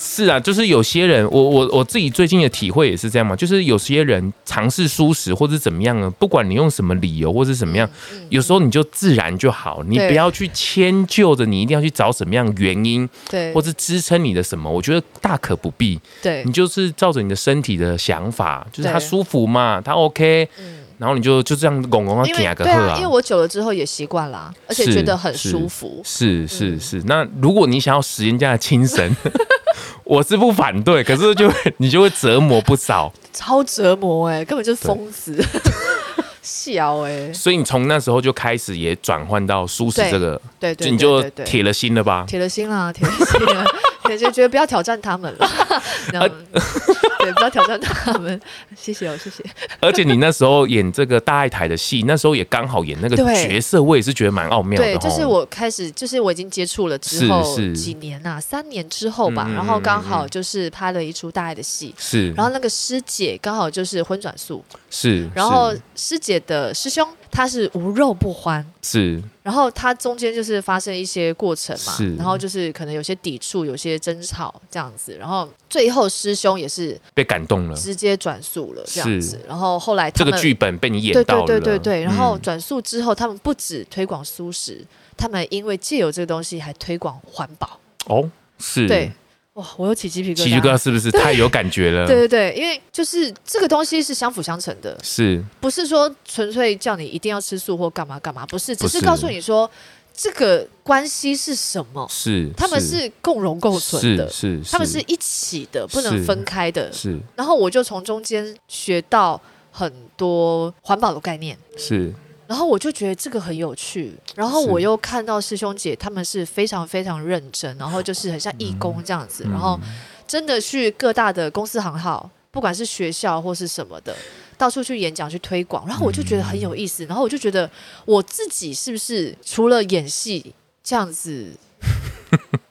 [SPEAKER 2] 是啊，就是有些人，我我我自己最近的体会也是这样嘛，就是有些人尝试舒适或者怎么样呢，不管你用什么理由或是怎么样，有时候你就自然就好，你
[SPEAKER 3] 对
[SPEAKER 2] 不要去迁就着，你一定要去找什么样的原因
[SPEAKER 3] 对
[SPEAKER 2] 或，是支撑你的什么，我觉得大可不必，
[SPEAKER 3] 对
[SPEAKER 2] 你，就是照着你的身体的想法，就是它
[SPEAKER 3] 对
[SPEAKER 2] 舒服嘛，它 OK，
[SPEAKER 3] 嗯，
[SPEAKER 2] 然后你就就这样拱拱啊，
[SPEAKER 3] 因
[SPEAKER 2] 给
[SPEAKER 3] 为
[SPEAKER 2] 啊个
[SPEAKER 3] 对
[SPEAKER 2] 喝
[SPEAKER 3] 啊，因为我久了之后也习惯啦，而且
[SPEAKER 2] 是
[SPEAKER 3] 觉得很
[SPEAKER 2] 是
[SPEAKER 3] 舒服。
[SPEAKER 2] 是是
[SPEAKER 3] 嗯
[SPEAKER 2] 是，那如果你想要实验家的精 神，我是不反对，可是就会你就会折磨不少。
[SPEAKER 3] 超折磨哎、根本就是疯子， 笑哎、
[SPEAKER 2] 所以你从那时候就开始也转换到舒适
[SPEAKER 3] 对
[SPEAKER 2] 这个，
[SPEAKER 3] 对
[SPEAKER 2] 就
[SPEAKER 3] 对
[SPEAKER 2] 你
[SPEAKER 3] 对
[SPEAKER 2] 就
[SPEAKER 3] 对对
[SPEAKER 2] 铁了心了 吧？
[SPEAKER 3] 铁了心啦，铁了 心啦，对，就觉得不要挑战他们了，然后
[SPEAKER 2] 哎
[SPEAKER 3] 对，不要挑战他们， 谢谢哦，谢谢，
[SPEAKER 2] 而且你那时候演这个大爱台的戏，那时候也刚好演那个
[SPEAKER 3] 对
[SPEAKER 2] 角色，我也是觉得蛮奥妙的
[SPEAKER 3] 对，
[SPEAKER 2] 哦。
[SPEAKER 3] 就是我开始，就是我已经接触了之
[SPEAKER 2] 是
[SPEAKER 3] 后
[SPEAKER 2] 是
[SPEAKER 3] 几年呐、三年之后吧，
[SPEAKER 2] 嗯
[SPEAKER 3] 然后刚好就是拍了一出大爱的戏，
[SPEAKER 2] 是
[SPEAKER 3] 然后那个师姐刚好就是荤转素，
[SPEAKER 2] 是，
[SPEAKER 3] 然后
[SPEAKER 2] 是
[SPEAKER 3] 师姐的师兄他是无肉不欢，
[SPEAKER 2] 是
[SPEAKER 3] 然后他中间就是发生一些过程嘛
[SPEAKER 2] 是，
[SPEAKER 3] 然后就是可能有些抵触，有些争吵这样子，然后最后师兄也是
[SPEAKER 2] 被感动了，
[SPEAKER 3] 直接转述了这样子
[SPEAKER 2] 嗯是，
[SPEAKER 3] 然后后来
[SPEAKER 2] 这
[SPEAKER 3] 他
[SPEAKER 2] 个
[SPEAKER 3] 们
[SPEAKER 2] 剧本被你演
[SPEAKER 3] 对
[SPEAKER 2] 到
[SPEAKER 3] 对
[SPEAKER 2] 了，
[SPEAKER 3] 对对对，然后
[SPEAKER 2] 嗯
[SPEAKER 3] 转述之后，他们不止推广素食，他们因为借由这个东西还推广环保，
[SPEAKER 2] 哦是
[SPEAKER 3] 对，哇，我有起鸡皮疙瘩，
[SPEAKER 2] 奇趣哥是不是太有感觉了？
[SPEAKER 3] 对对对，因为就是这个东西是相辅相成的，
[SPEAKER 2] 是
[SPEAKER 3] 不是说纯粹叫你一定要吃素或干嘛干嘛，不是，只
[SPEAKER 2] 不
[SPEAKER 3] 是
[SPEAKER 2] 是
[SPEAKER 3] 告诉你说这个关系是什么，
[SPEAKER 2] 是，
[SPEAKER 3] 他们是共荣共存的，
[SPEAKER 2] 是是，
[SPEAKER 3] 他们是一起的，不能
[SPEAKER 2] 是
[SPEAKER 3] 分开的。
[SPEAKER 2] 是
[SPEAKER 3] 然后我就从中间学到很多环保的概念，
[SPEAKER 2] 是
[SPEAKER 3] 然后我就觉得这个很有趣。然后
[SPEAKER 2] 是
[SPEAKER 3] 我又看到师兄姐他们是非常非常认真，然后就是很像义工这样子，然后真的去各大的公司行号，不管是学校或是什么的，到处去演讲去推广，然后我就觉得很有意思，然后我就觉得我自己是不是除了演戏这样子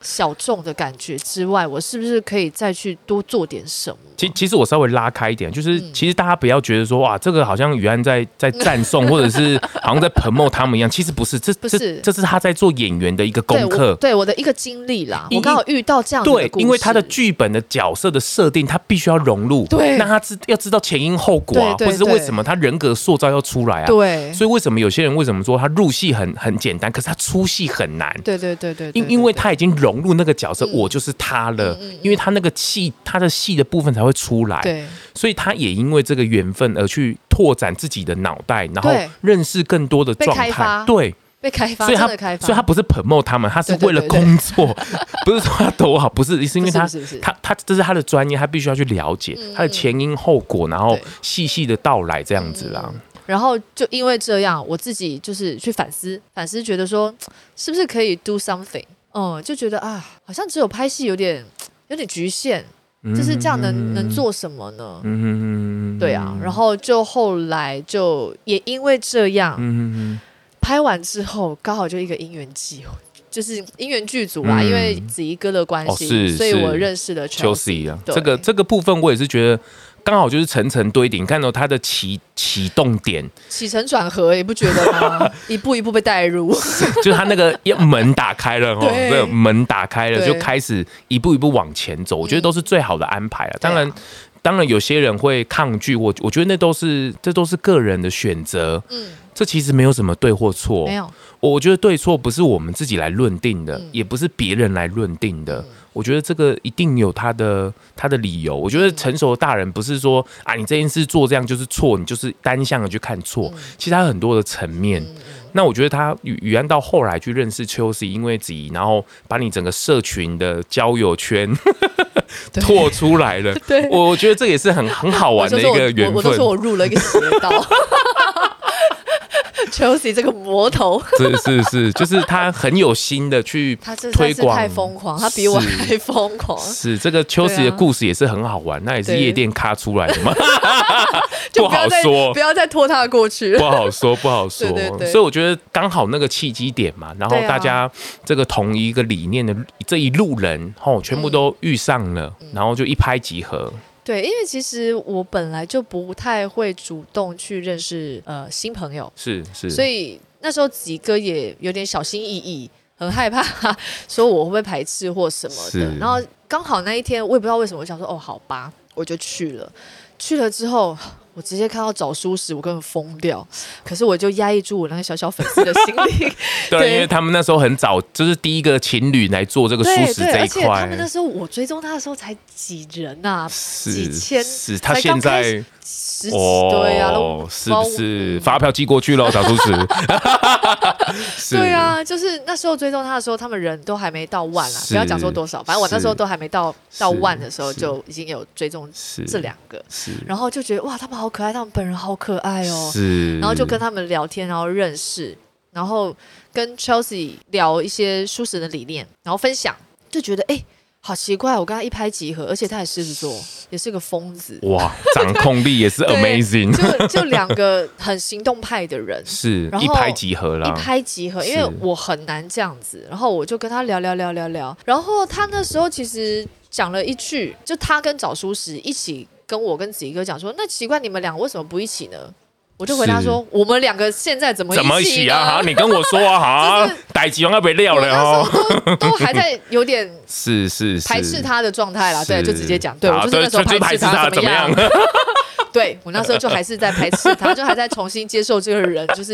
[SPEAKER 3] 小众的感觉之外，我是不是可以再去多做点什么？
[SPEAKER 2] 其其实我稍微拉开一点，就是
[SPEAKER 3] 嗯
[SPEAKER 2] 其实大家不要觉得说哇，这个好像于安在在赞 颂，或者是好像在 promote 他们一样，其实不是，这
[SPEAKER 3] 不
[SPEAKER 2] 这
[SPEAKER 3] 是
[SPEAKER 2] 这是他在做演员的一个
[SPEAKER 3] 对
[SPEAKER 2] 功
[SPEAKER 3] 我
[SPEAKER 2] 课。
[SPEAKER 3] 对我的一个经历啦，
[SPEAKER 2] 因
[SPEAKER 3] 我刚好遇到这样子
[SPEAKER 2] 对
[SPEAKER 3] 的，故事，
[SPEAKER 2] 因为他的剧本的角色的设定，他必须要融入。
[SPEAKER 3] 对
[SPEAKER 2] 那他知要知道前因后果啊，
[SPEAKER 3] 对对
[SPEAKER 2] 或者是为
[SPEAKER 3] 对
[SPEAKER 2] 什么他人格塑造要出来啊。
[SPEAKER 3] 对
[SPEAKER 2] 所以为什么有些人为什么说他入戏很很简单，可是他出戏很难？
[SPEAKER 3] 对对对对，对
[SPEAKER 2] 因因为
[SPEAKER 3] 对
[SPEAKER 2] 他已经融入那个角色，
[SPEAKER 3] 嗯
[SPEAKER 2] 我就是他了。
[SPEAKER 3] 嗯嗯嗯
[SPEAKER 2] 因为他那个戏，他的戏的部分才会出来。
[SPEAKER 3] 对
[SPEAKER 2] 所以他也因为这个缘分而去拓展自己的脑袋，然后
[SPEAKER 3] 对
[SPEAKER 2] 认识更多的状
[SPEAKER 3] 被开
[SPEAKER 2] 态
[SPEAKER 3] 发。
[SPEAKER 2] 对，
[SPEAKER 3] 被开发，
[SPEAKER 2] 所以他
[SPEAKER 3] 真的开发，
[SPEAKER 2] 所以他不是 promote 他们，他是
[SPEAKER 3] 对对
[SPEAKER 2] 为了
[SPEAKER 3] 对对
[SPEAKER 2] 工 作，不是说他多好，不是，是因为他
[SPEAKER 3] 不是不是不是
[SPEAKER 2] 他他这是他的专业，他必须要去了解
[SPEAKER 3] 嗯
[SPEAKER 2] 他的前因后果，然后
[SPEAKER 3] 对
[SPEAKER 2] 细细的道来这样子啦。
[SPEAKER 3] 然后就因为这样，我自己就是去反思，反思觉得说，是不是可以 do something？嗯，就觉得啊，好像只有拍戏有点有点局限，嗯就是这样能、能做什么呢？
[SPEAKER 2] 嗯
[SPEAKER 3] 对啊，然后就后来就也因为这样，
[SPEAKER 2] 嗯
[SPEAKER 3] 拍完之后刚好就一个姻缘机会，就是姻缘剧组啊，
[SPEAKER 2] 嗯
[SPEAKER 3] 因为子怡哥的关
[SPEAKER 2] 哦
[SPEAKER 3] 系，
[SPEAKER 2] 是
[SPEAKER 3] 所以我
[SPEAKER 2] 是
[SPEAKER 3] 认识了
[SPEAKER 2] c h e l
[SPEAKER 3] Chelsea。
[SPEAKER 2] s e 啊，
[SPEAKER 3] 对
[SPEAKER 2] 这个这个部分我也是觉得。刚好就是层层堆叠，你看到他的启启动点，
[SPEAKER 3] 起承转合，你不觉得 吗？一步一步被带入，
[SPEAKER 2] 就是他那个要门打开了哦，
[SPEAKER 3] 对
[SPEAKER 2] 这个门打开了
[SPEAKER 3] 对嗯
[SPEAKER 2] 就开始一步一步往前走，我觉得都是最好的安排啊了。当然，
[SPEAKER 3] 啊
[SPEAKER 2] 当然有些人会抗拒，我我觉得那都是这都是个人的选择，
[SPEAKER 3] 嗯，
[SPEAKER 2] 这其实没有什么对或错
[SPEAKER 3] 没。有，
[SPEAKER 2] 我我觉得对错不是我们自己来论定的，
[SPEAKER 3] 嗯
[SPEAKER 2] 也不是别人来论定的。我觉得这个一定有他的他的理由。我觉得成熟的大人不是说啊，你这件事做这样就是错，你就是单向的去看错。
[SPEAKER 3] 嗯
[SPEAKER 2] 其实他很多的层面。那我觉得他宇宇安到后来去认识秋 C，因为子怡，然后把你整个社群的交友圈
[SPEAKER 3] 对
[SPEAKER 2] 拓出来了。
[SPEAKER 3] 对
[SPEAKER 2] 我我觉得这也是很很好玩的一个缘
[SPEAKER 3] 我就说我我
[SPEAKER 2] 分
[SPEAKER 3] 我都说。我入了一个邪 道。Chelsea 这个魔头，
[SPEAKER 2] 是是是，就是他很有心的去
[SPEAKER 3] 他真的
[SPEAKER 2] 推
[SPEAKER 3] 是
[SPEAKER 2] 广，
[SPEAKER 3] 太疯狂，他比我
[SPEAKER 2] 是
[SPEAKER 3] 还疯狂，
[SPEAKER 2] 是这个秋实
[SPEAKER 3] 对
[SPEAKER 2] 的
[SPEAKER 3] 啊
[SPEAKER 2] 故事也是很好玩，那也是
[SPEAKER 3] 对
[SPEAKER 2] 夜店咖出来的 嘛，不
[SPEAKER 3] 就不要
[SPEAKER 2] 好
[SPEAKER 3] 再
[SPEAKER 2] 说
[SPEAKER 3] 不。要再拖他的过去
[SPEAKER 2] 不
[SPEAKER 3] 了。
[SPEAKER 2] 好说，不好说。
[SPEAKER 3] 对对对
[SPEAKER 2] 所以我觉得刚好那个契机点嘛，然后
[SPEAKER 3] 对啊
[SPEAKER 2] 大家这个同一个理念的这一路人，哦，全
[SPEAKER 3] 嗯
[SPEAKER 2] 部都遇上了，然后就一拍即合。
[SPEAKER 3] 对，因为其实我本来就不太会主动去认识呃新朋友，
[SPEAKER 2] 是是，
[SPEAKER 3] 所以那时候几哥也有点小心翼翼，很害怕 说我会不会排斥或什么的
[SPEAKER 2] 是。
[SPEAKER 3] 然后刚好那一天，我也不知道为什么，我想说哦，好吧，我就去了。去了之后，我直接看到找舒适，我根本疯掉。可是我就压抑住我那个小小粉丝的心 理，
[SPEAKER 2] 对，啊
[SPEAKER 3] 对
[SPEAKER 2] 因为他们那时候很早，就是第一个情侣来做这个舒
[SPEAKER 3] 对
[SPEAKER 2] 适
[SPEAKER 3] 对，
[SPEAKER 2] 这
[SPEAKER 3] 而
[SPEAKER 2] 一
[SPEAKER 3] 且他
[SPEAKER 2] 块
[SPEAKER 3] 们。那时候我追踪他的时候才几人呐、
[SPEAKER 2] 是
[SPEAKER 3] 几千
[SPEAKER 2] 是，他
[SPEAKER 3] 才
[SPEAKER 2] 现
[SPEAKER 3] 刚
[SPEAKER 2] 在
[SPEAKER 3] 开始十几对啊，都
[SPEAKER 2] 哦是不是
[SPEAKER 3] 嗯
[SPEAKER 2] 发票寄过去 了？小厨师，是
[SPEAKER 3] 对，啊，就是那时候追踪他的时候，他们人都还没到万啦，
[SPEAKER 2] 是
[SPEAKER 3] 不要讲说多少，反正我那时候
[SPEAKER 2] 是
[SPEAKER 3] 都还没到到
[SPEAKER 2] 是
[SPEAKER 3] 万的时候，
[SPEAKER 2] 是
[SPEAKER 3] 就已经有追踪
[SPEAKER 2] 是
[SPEAKER 3] 这两个，
[SPEAKER 2] 是
[SPEAKER 3] 然后就觉得哇，他们好可爱，他们本人好可爱哦，
[SPEAKER 2] 是，
[SPEAKER 3] 然后就跟他们聊天，然后认识，然后跟 Chelsea 聊一些舒适的理念，然后分享，就觉得哎、好奇怪，我跟他一拍即合，而且他也狮子座，也是个疯子，
[SPEAKER 2] 哇，掌控力也是
[SPEAKER 3] 对
[SPEAKER 2] amazing，
[SPEAKER 3] 就就两个很行动派的 人，
[SPEAKER 2] 是
[SPEAKER 3] 然后
[SPEAKER 2] 一拍即合
[SPEAKER 3] 一
[SPEAKER 2] 啦。
[SPEAKER 3] 拍即合，因为
[SPEAKER 2] 是
[SPEAKER 3] 我很难这样子。然后我就跟他聊聊聊聊聊，然后他那时候其实讲了一句，就他跟找书时一起跟我跟子怡哥讲说，那奇怪你们俩为什么不一起呢？我就回答说，我们两个现在怎么
[SPEAKER 2] 怎么一
[SPEAKER 3] 起
[SPEAKER 2] 起
[SPEAKER 3] 呢
[SPEAKER 2] 啊？哈，你跟我说啊，
[SPEAKER 3] 就
[SPEAKER 2] 哈，逮鸡王要被撂
[SPEAKER 3] 我
[SPEAKER 2] 了
[SPEAKER 3] 那
[SPEAKER 2] 哦
[SPEAKER 3] 时。候都都还在有点
[SPEAKER 2] 是是是，
[SPEAKER 3] 排斥他的状态啦，对，
[SPEAKER 2] 是
[SPEAKER 3] 就直接讲，对
[SPEAKER 2] 好
[SPEAKER 3] 我就是那时候
[SPEAKER 2] 对就
[SPEAKER 3] 斥
[SPEAKER 2] 就排斥他
[SPEAKER 3] 怎么样？ 对我那时候就还是在排斥他，就还在重新接受这个人，就是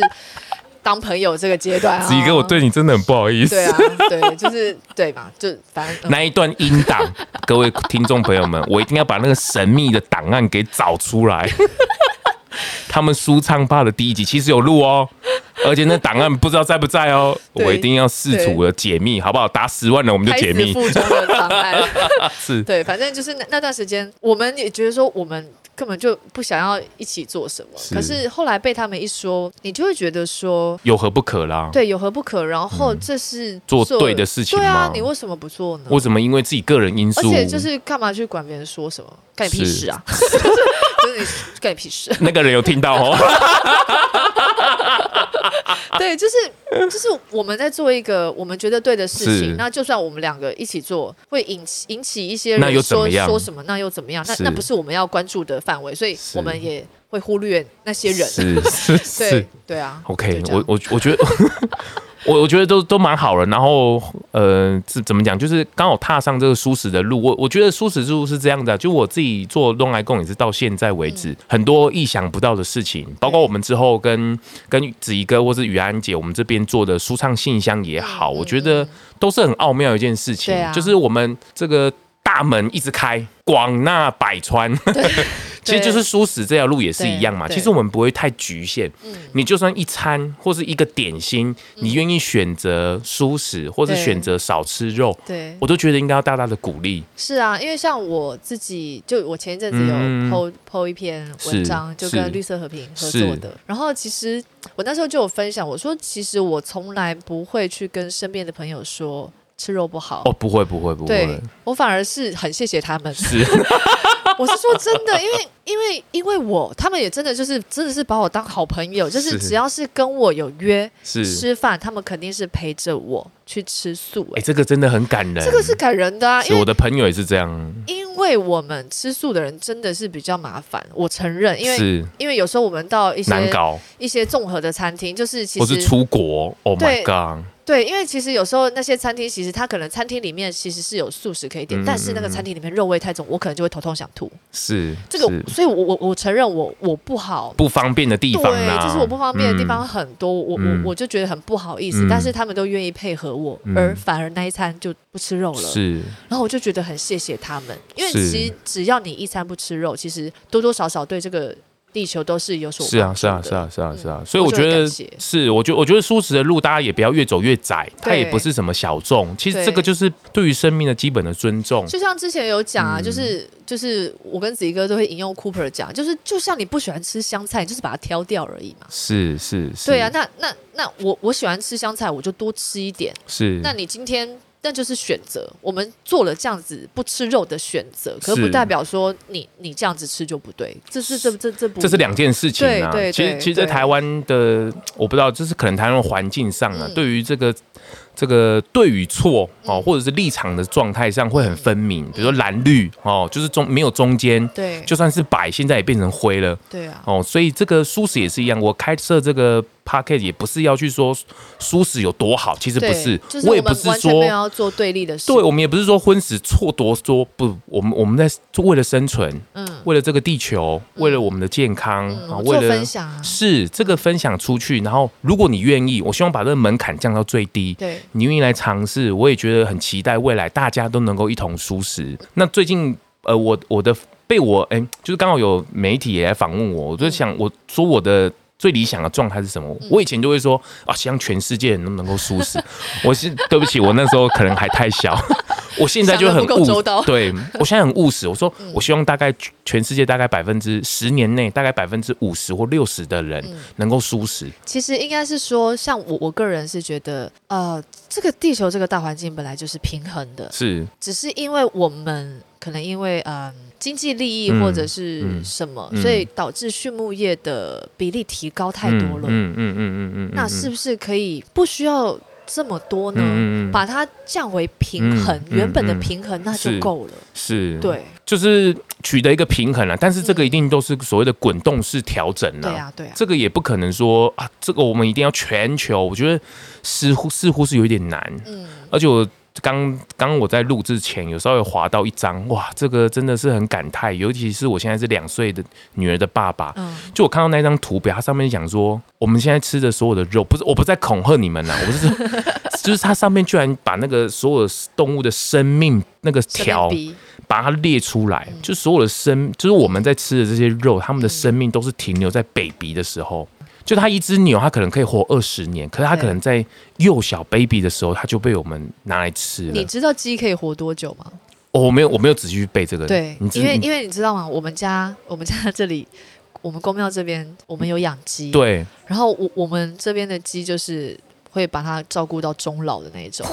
[SPEAKER 3] 当朋友这个阶段啊。
[SPEAKER 2] 子怡哥，我对你真的很不好意思。
[SPEAKER 3] 对啊，对，就是对嘛，就反正、嗯
[SPEAKER 2] 那一段音 档，各位听众朋友们，我一定要把那个神秘的档案给找出 来。他们舒畅吧的第一集其实有录哦，而且那档案不知道在不在哦，
[SPEAKER 3] 对
[SPEAKER 2] 我一定要试图的解密，好不好？打十万人我们就
[SPEAKER 3] 开
[SPEAKER 2] 解
[SPEAKER 3] 始
[SPEAKER 2] 密，
[SPEAKER 3] 腹中的档案。
[SPEAKER 2] 是
[SPEAKER 3] 对，反正就是那那段时间，我们也觉得说我们。根本就不想要一起做什么，
[SPEAKER 2] 是
[SPEAKER 3] 可是后来被他们一说，你就会觉得说，
[SPEAKER 2] 有何不可啦？
[SPEAKER 3] 对，有何不可？然后这是
[SPEAKER 2] 嗯做对的事情
[SPEAKER 3] 对啊
[SPEAKER 2] 吗，
[SPEAKER 3] 你为什么不做呢？
[SPEAKER 2] 我怎么因为自己个人因素，
[SPEAKER 3] 而且就是干嘛去管别人说什么，干你屁
[SPEAKER 2] 是
[SPEAKER 3] 事啊！ 就是你干你屁事。
[SPEAKER 2] 那个人有听到哦，
[SPEAKER 3] 对，就是就是我们在做一个我们觉得对的事
[SPEAKER 2] 是
[SPEAKER 3] 情，那就算我们两个一起做，会引起引起一些
[SPEAKER 2] 那又
[SPEAKER 3] 人
[SPEAKER 2] 怎么
[SPEAKER 3] 说
[SPEAKER 2] 样
[SPEAKER 3] 说什么，那又怎么样？那
[SPEAKER 2] 是
[SPEAKER 3] 那不是我们要关注的范围，所以
[SPEAKER 2] 是
[SPEAKER 3] 我们也会忽略那些人。
[SPEAKER 2] 是是
[SPEAKER 3] 对
[SPEAKER 2] 是
[SPEAKER 3] 对啊
[SPEAKER 2] ，OK，
[SPEAKER 3] 就这
[SPEAKER 2] 我
[SPEAKER 3] 样
[SPEAKER 2] 我我觉得我我觉得都都蛮好了。然后呃，怎怎么讲，就是刚好踏上这个舒适的路。我我觉得舒适之路是这样的啊、就我自己做东来共也是到现在为
[SPEAKER 3] 嗯
[SPEAKER 2] 止，很多意想不到的事情，包括我们之后跟跟子怡哥或是雨安姐，我们这边做的舒畅信箱也好，我觉得都是很奥妙的一件事情，
[SPEAKER 3] 嗯对啊
[SPEAKER 2] 就是我们这个大门一直开，广纳百川。 其实就是舒适这条路也是一样嘛。
[SPEAKER 3] 对
[SPEAKER 2] 其实我们不会太局限，你就算一餐或是一个点心，你愿意选择舒适，或是
[SPEAKER 3] 嗯对
[SPEAKER 2] 选择少吃肉，
[SPEAKER 3] 对，
[SPEAKER 2] 我都觉得应该要大大的鼓励。
[SPEAKER 3] 是啊，因为像我自己，就我前一阵子有
[SPEAKER 2] 嗯
[SPEAKER 3] PO、PO 一篇文章，
[SPEAKER 2] 是
[SPEAKER 3] 就是跟绿色和平合作的。然后其实我那时候就有分享，我说其实我从来不会去跟身边的朋友说吃肉不好，
[SPEAKER 2] 哦，不会，不会，不
[SPEAKER 3] 对
[SPEAKER 2] 会，
[SPEAKER 3] 我反而是很谢谢他们。
[SPEAKER 2] 是
[SPEAKER 3] 我是说真的，因为因为因为我他们也真的就是真的是把我当好朋友，就是
[SPEAKER 2] 是
[SPEAKER 3] 只要是跟我有约
[SPEAKER 2] 是，
[SPEAKER 3] 吃饭，他们肯定是陪着我去吃素、
[SPEAKER 2] 哎，
[SPEAKER 3] 哎、
[SPEAKER 2] 这个真的很感人。
[SPEAKER 3] 这个是感人的啊，因
[SPEAKER 2] 是
[SPEAKER 3] 为
[SPEAKER 2] 我的朋友也是这样，
[SPEAKER 3] 因为我们吃素的人真的是比较麻烦，我承认，因为
[SPEAKER 2] 是
[SPEAKER 3] 因为有时候我们到一
[SPEAKER 2] 难
[SPEAKER 3] 些
[SPEAKER 2] 搞，
[SPEAKER 3] 一些综合的餐厅，就是其
[SPEAKER 2] 或是
[SPEAKER 3] 实
[SPEAKER 2] 出国。Oh my
[SPEAKER 3] 对
[SPEAKER 2] god！
[SPEAKER 3] 对，因为其实有时候那些餐厅其实它可能餐厅里面其实是有素食可以点，
[SPEAKER 2] 嗯
[SPEAKER 3] 但是那个餐厅里面肉味太重，我可能就会头痛想吐。
[SPEAKER 2] 是
[SPEAKER 3] 这个
[SPEAKER 2] 是，
[SPEAKER 3] 所以我我我承认我我不好。
[SPEAKER 2] 不方便的地方啊啦，
[SPEAKER 3] 对，就是我不方便的地方
[SPEAKER 2] 嗯。
[SPEAKER 3] 很多，我
[SPEAKER 2] 嗯
[SPEAKER 3] 我我就觉得很不好意思，
[SPEAKER 2] 嗯
[SPEAKER 3] 但是他们都愿意配合我，
[SPEAKER 2] 嗯
[SPEAKER 3] 而反而那一餐就不吃肉了。
[SPEAKER 2] 是
[SPEAKER 3] 然后我就觉得很谢谢他们，因为
[SPEAKER 2] 是
[SPEAKER 3] 其实只要你一餐不吃肉，其实多多少少对这个地球都是有所
[SPEAKER 2] 是啊，
[SPEAKER 3] 帮助
[SPEAKER 2] 是啊，
[SPEAKER 3] 的
[SPEAKER 2] 是啊，是啊，
[SPEAKER 3] 嗯
[SPEAKER 2] 是啊，所以
[SPEAKER 3] 我
[SPEAKER 2] 我
[SPEAKER 3] 就
[SPEAKER 2] 觉
[SPEAKER 3] 很感
[SPEAKER 2] 得
[SPEAKER 3] 谢
[SPEAKER 2] 是，我觉我觉得舒适的路，大家也不要越走越窄，它也
[SPEAKER 3] 对
[SPEAKER 2] 不是什么小众。其实
[SPEAKER 3] 对
[SPEAKER 2] 这个就是对于生命的基本的尊重。
[SPEAKER 3] 就像之前有讲啊，
[SPEAKER 2] 嗯
[SPEAKER 3] 就是就是我跟子怡哥都会引用 Cooper 讲，就是就像你不喜欢吃香菜，你就是把它挑掉而已嘛。
[SPEAKER 2] 是是是，
[SPEAKER 3] 对啊，，那那那我我喜欢吃香菜，我就多吃一点。
[SPEAKER 2] 是
[SPEAKER 3] 那你今天那就是选择，我们做了这样子不吃肉的选择，可是
[SPEAKER 2] 是
[SPEAKER 3] 不代表说你你这样子吃就不对，这是这这这不
[SPEAKER 2] 这是
[SPEAKER 3] 一样
[SPEAKER 2] 两件事情啊。
[SPEAKER 3] 对对
[SPEAKER 2] 其实
[SPEAKER 3] 对
[SPEAKER 2] 其实，在
[SPEAKER 3] 对
[SPEAKER 2] 台湾的，我不知道，就是可能台湾的环境上啊，
[SPEAKER 3] 嗯
[SPEAKER 2] 对于这个这个对与错哦，
[SPEAKER 3] 嗯
[SPEAKER 2] 或者是立场的状态上会很分明，比如说蓝绿哦，就是中没有中间，
[SPEAKER 3] 对
[SPEAKER 2] 就算是白，现在也变成灰了。
[SPEAKER 3] 对啊，
[SPEAKER 2] 哦，所以这个舒适也是一样，我开设这个 p a c k a g e 也不是要去说舒适有多好，其实不
[SPEAKER 3] 对，
[SPEAKER 2] 是，
[SPEAKER 3] 就是
[SPEAKER 2] 我
[SPEAKER 3] 我
[SPEAKER 2] 也
[SPEAKER 3] 们
[SPEAKER 2] 不是
[SPEAKER 3] 完全没有
[SPEAKER 2] 说，
[SPEAKER 3] 要做对立的事，
[SPEAKER 2] 对我们也不是说婚史错多说不，我们我们在为了生存，
[SPEAKER 3] 嗯，
[SPEAKER 2] 为了这个地球，为了我们的健康
[SPEAKER 3] 嗯
[SPEAKER 2] 啊，
[SPEAKER 3] 我们
[SPEAKER 2] 为
[SPEAKER 3] 做
[SPEAKER 2] 了
[SPEAKER 3] 分享啊，
[SPEAKER 2] 是这个分享出去，然后如果你愿意，我希望把这个门槛降到最低，
[SPEAKER 3] 对，
[SPEAKER 2] 你愿意来尝试，我也觉得很期待未来大家都能够一同舒适。那最近呃，我我的被我哎、就是刚好有媒体也来访问我，我就想我说我的。最理想的状态是什
[SPEAKER 3] 嗯
[SPEAKER 2] 么？我以前就会说啊，希望全世界人都能够舒适。我是对不起，我那时候可能还太小，我现在就很
[SPEAKER 3] 想得不
[SPEAKER 2] 务
[SPEAKER 3] 够周到嗯
[SPEAKER 2] 对我现在很务实。我说我希望大概全世界大概百分之十年内，大概百分之五十或六十的人
[SPEAKER 3] 嗯
[SPEAKER 2] 能够舒适。
[SPEAKER 3] 其实应该是说，像我我个人是觉得，呃，这个地球这个大环境本来就是平衡的，
[SPEAKER 2] 是
[SPEAKER 3] 只是因为我们可能因为嗯、经济利益
[SPEAKER 2] 嗯
[SPEAKER 3] 或者是什么，
[SPEAKER 2] 嗯
[SPEAKER 3] 所以导致畜牧业的比例提高太多了。
[SPEAKER 2] 嗯嗯嗯嗯嗯嗯，
[SPEAKER 3] 那
[SPEAKER 2] 嗯
[SPEAKER 3] 是呃不是可以不需要这么多呢？
[SPEAKER 2] 嗯嗯嗯
[SPEAKER 3] 把它降回平衡，
[SPEAKER 2] 嗯嗯
[SPEAKER 3] 原本的
[SPEAKER 2] 嗯
[SPEAKER 3] 平衡那
[SPEAKER 2] 是嗯
[SPEAKER 3] 就够了。
[SPEAKER 2] 是，，
[SPEAKER 3] 对，
[SPEAKER 2] 就是取得一个平衡了、啊但是这个一定都是所谓的滚动式调整了、
[SPEAKER 3] 对啊，对啊，
[SPEAKER 2] 这个也不可能说啊，这个我们一定要全球，我觉得似乎似乎是有一点难。
[SPEAKER 3] 嗯，
[SPEAKER 2] 而且我刚刚我在录制前有稍微滑到一张，哇，这个真的是很感慨，尤其是我现在是两岁的女儿的爸爸，
[SPEAKER 3] 嗯
[SPEAKER 2] 就我看到那张图表，它上面讲说，我们现在吃的所有的肉，不是我不是在恐吓你们啊啦，我是说 就是它上面居然把那个所有动物的生命那个条
[SPEAKER 3] 生命比
[SPEAKER 2] 把它列出来，
[SPEAKER 3] 嗯
[SPEAKER 2] 就所有的生，就是我们在吃的这些肉，它们的生命都是停留在 baby 的时候。就它一只牛，它可能可以活二十年，可是它
[SPEAKER 3] 对
[SPEAKER 2] 可能在幼小 baby 的时候，它就被我们拿来吃了
[SPEAKER 3] 你。知道鸡可以活多久吗？
[SPEAKER 2] 哦，我没有，我没有仔细去背这个。
[SPEAKER 3] 对
[SPEAKER 2] 你，知
[SPEAKER 3] 因为
[SPEAKER 2] 你
[SPEAKER 3] 因为你知道吗？我们家我们家 这里，我们公庙这边我们有养鸡，，
[SPEAKER 2] 对
[SPEAKER 3] 然后我我们这边的鸡就是会把他照顾到终老的那一种。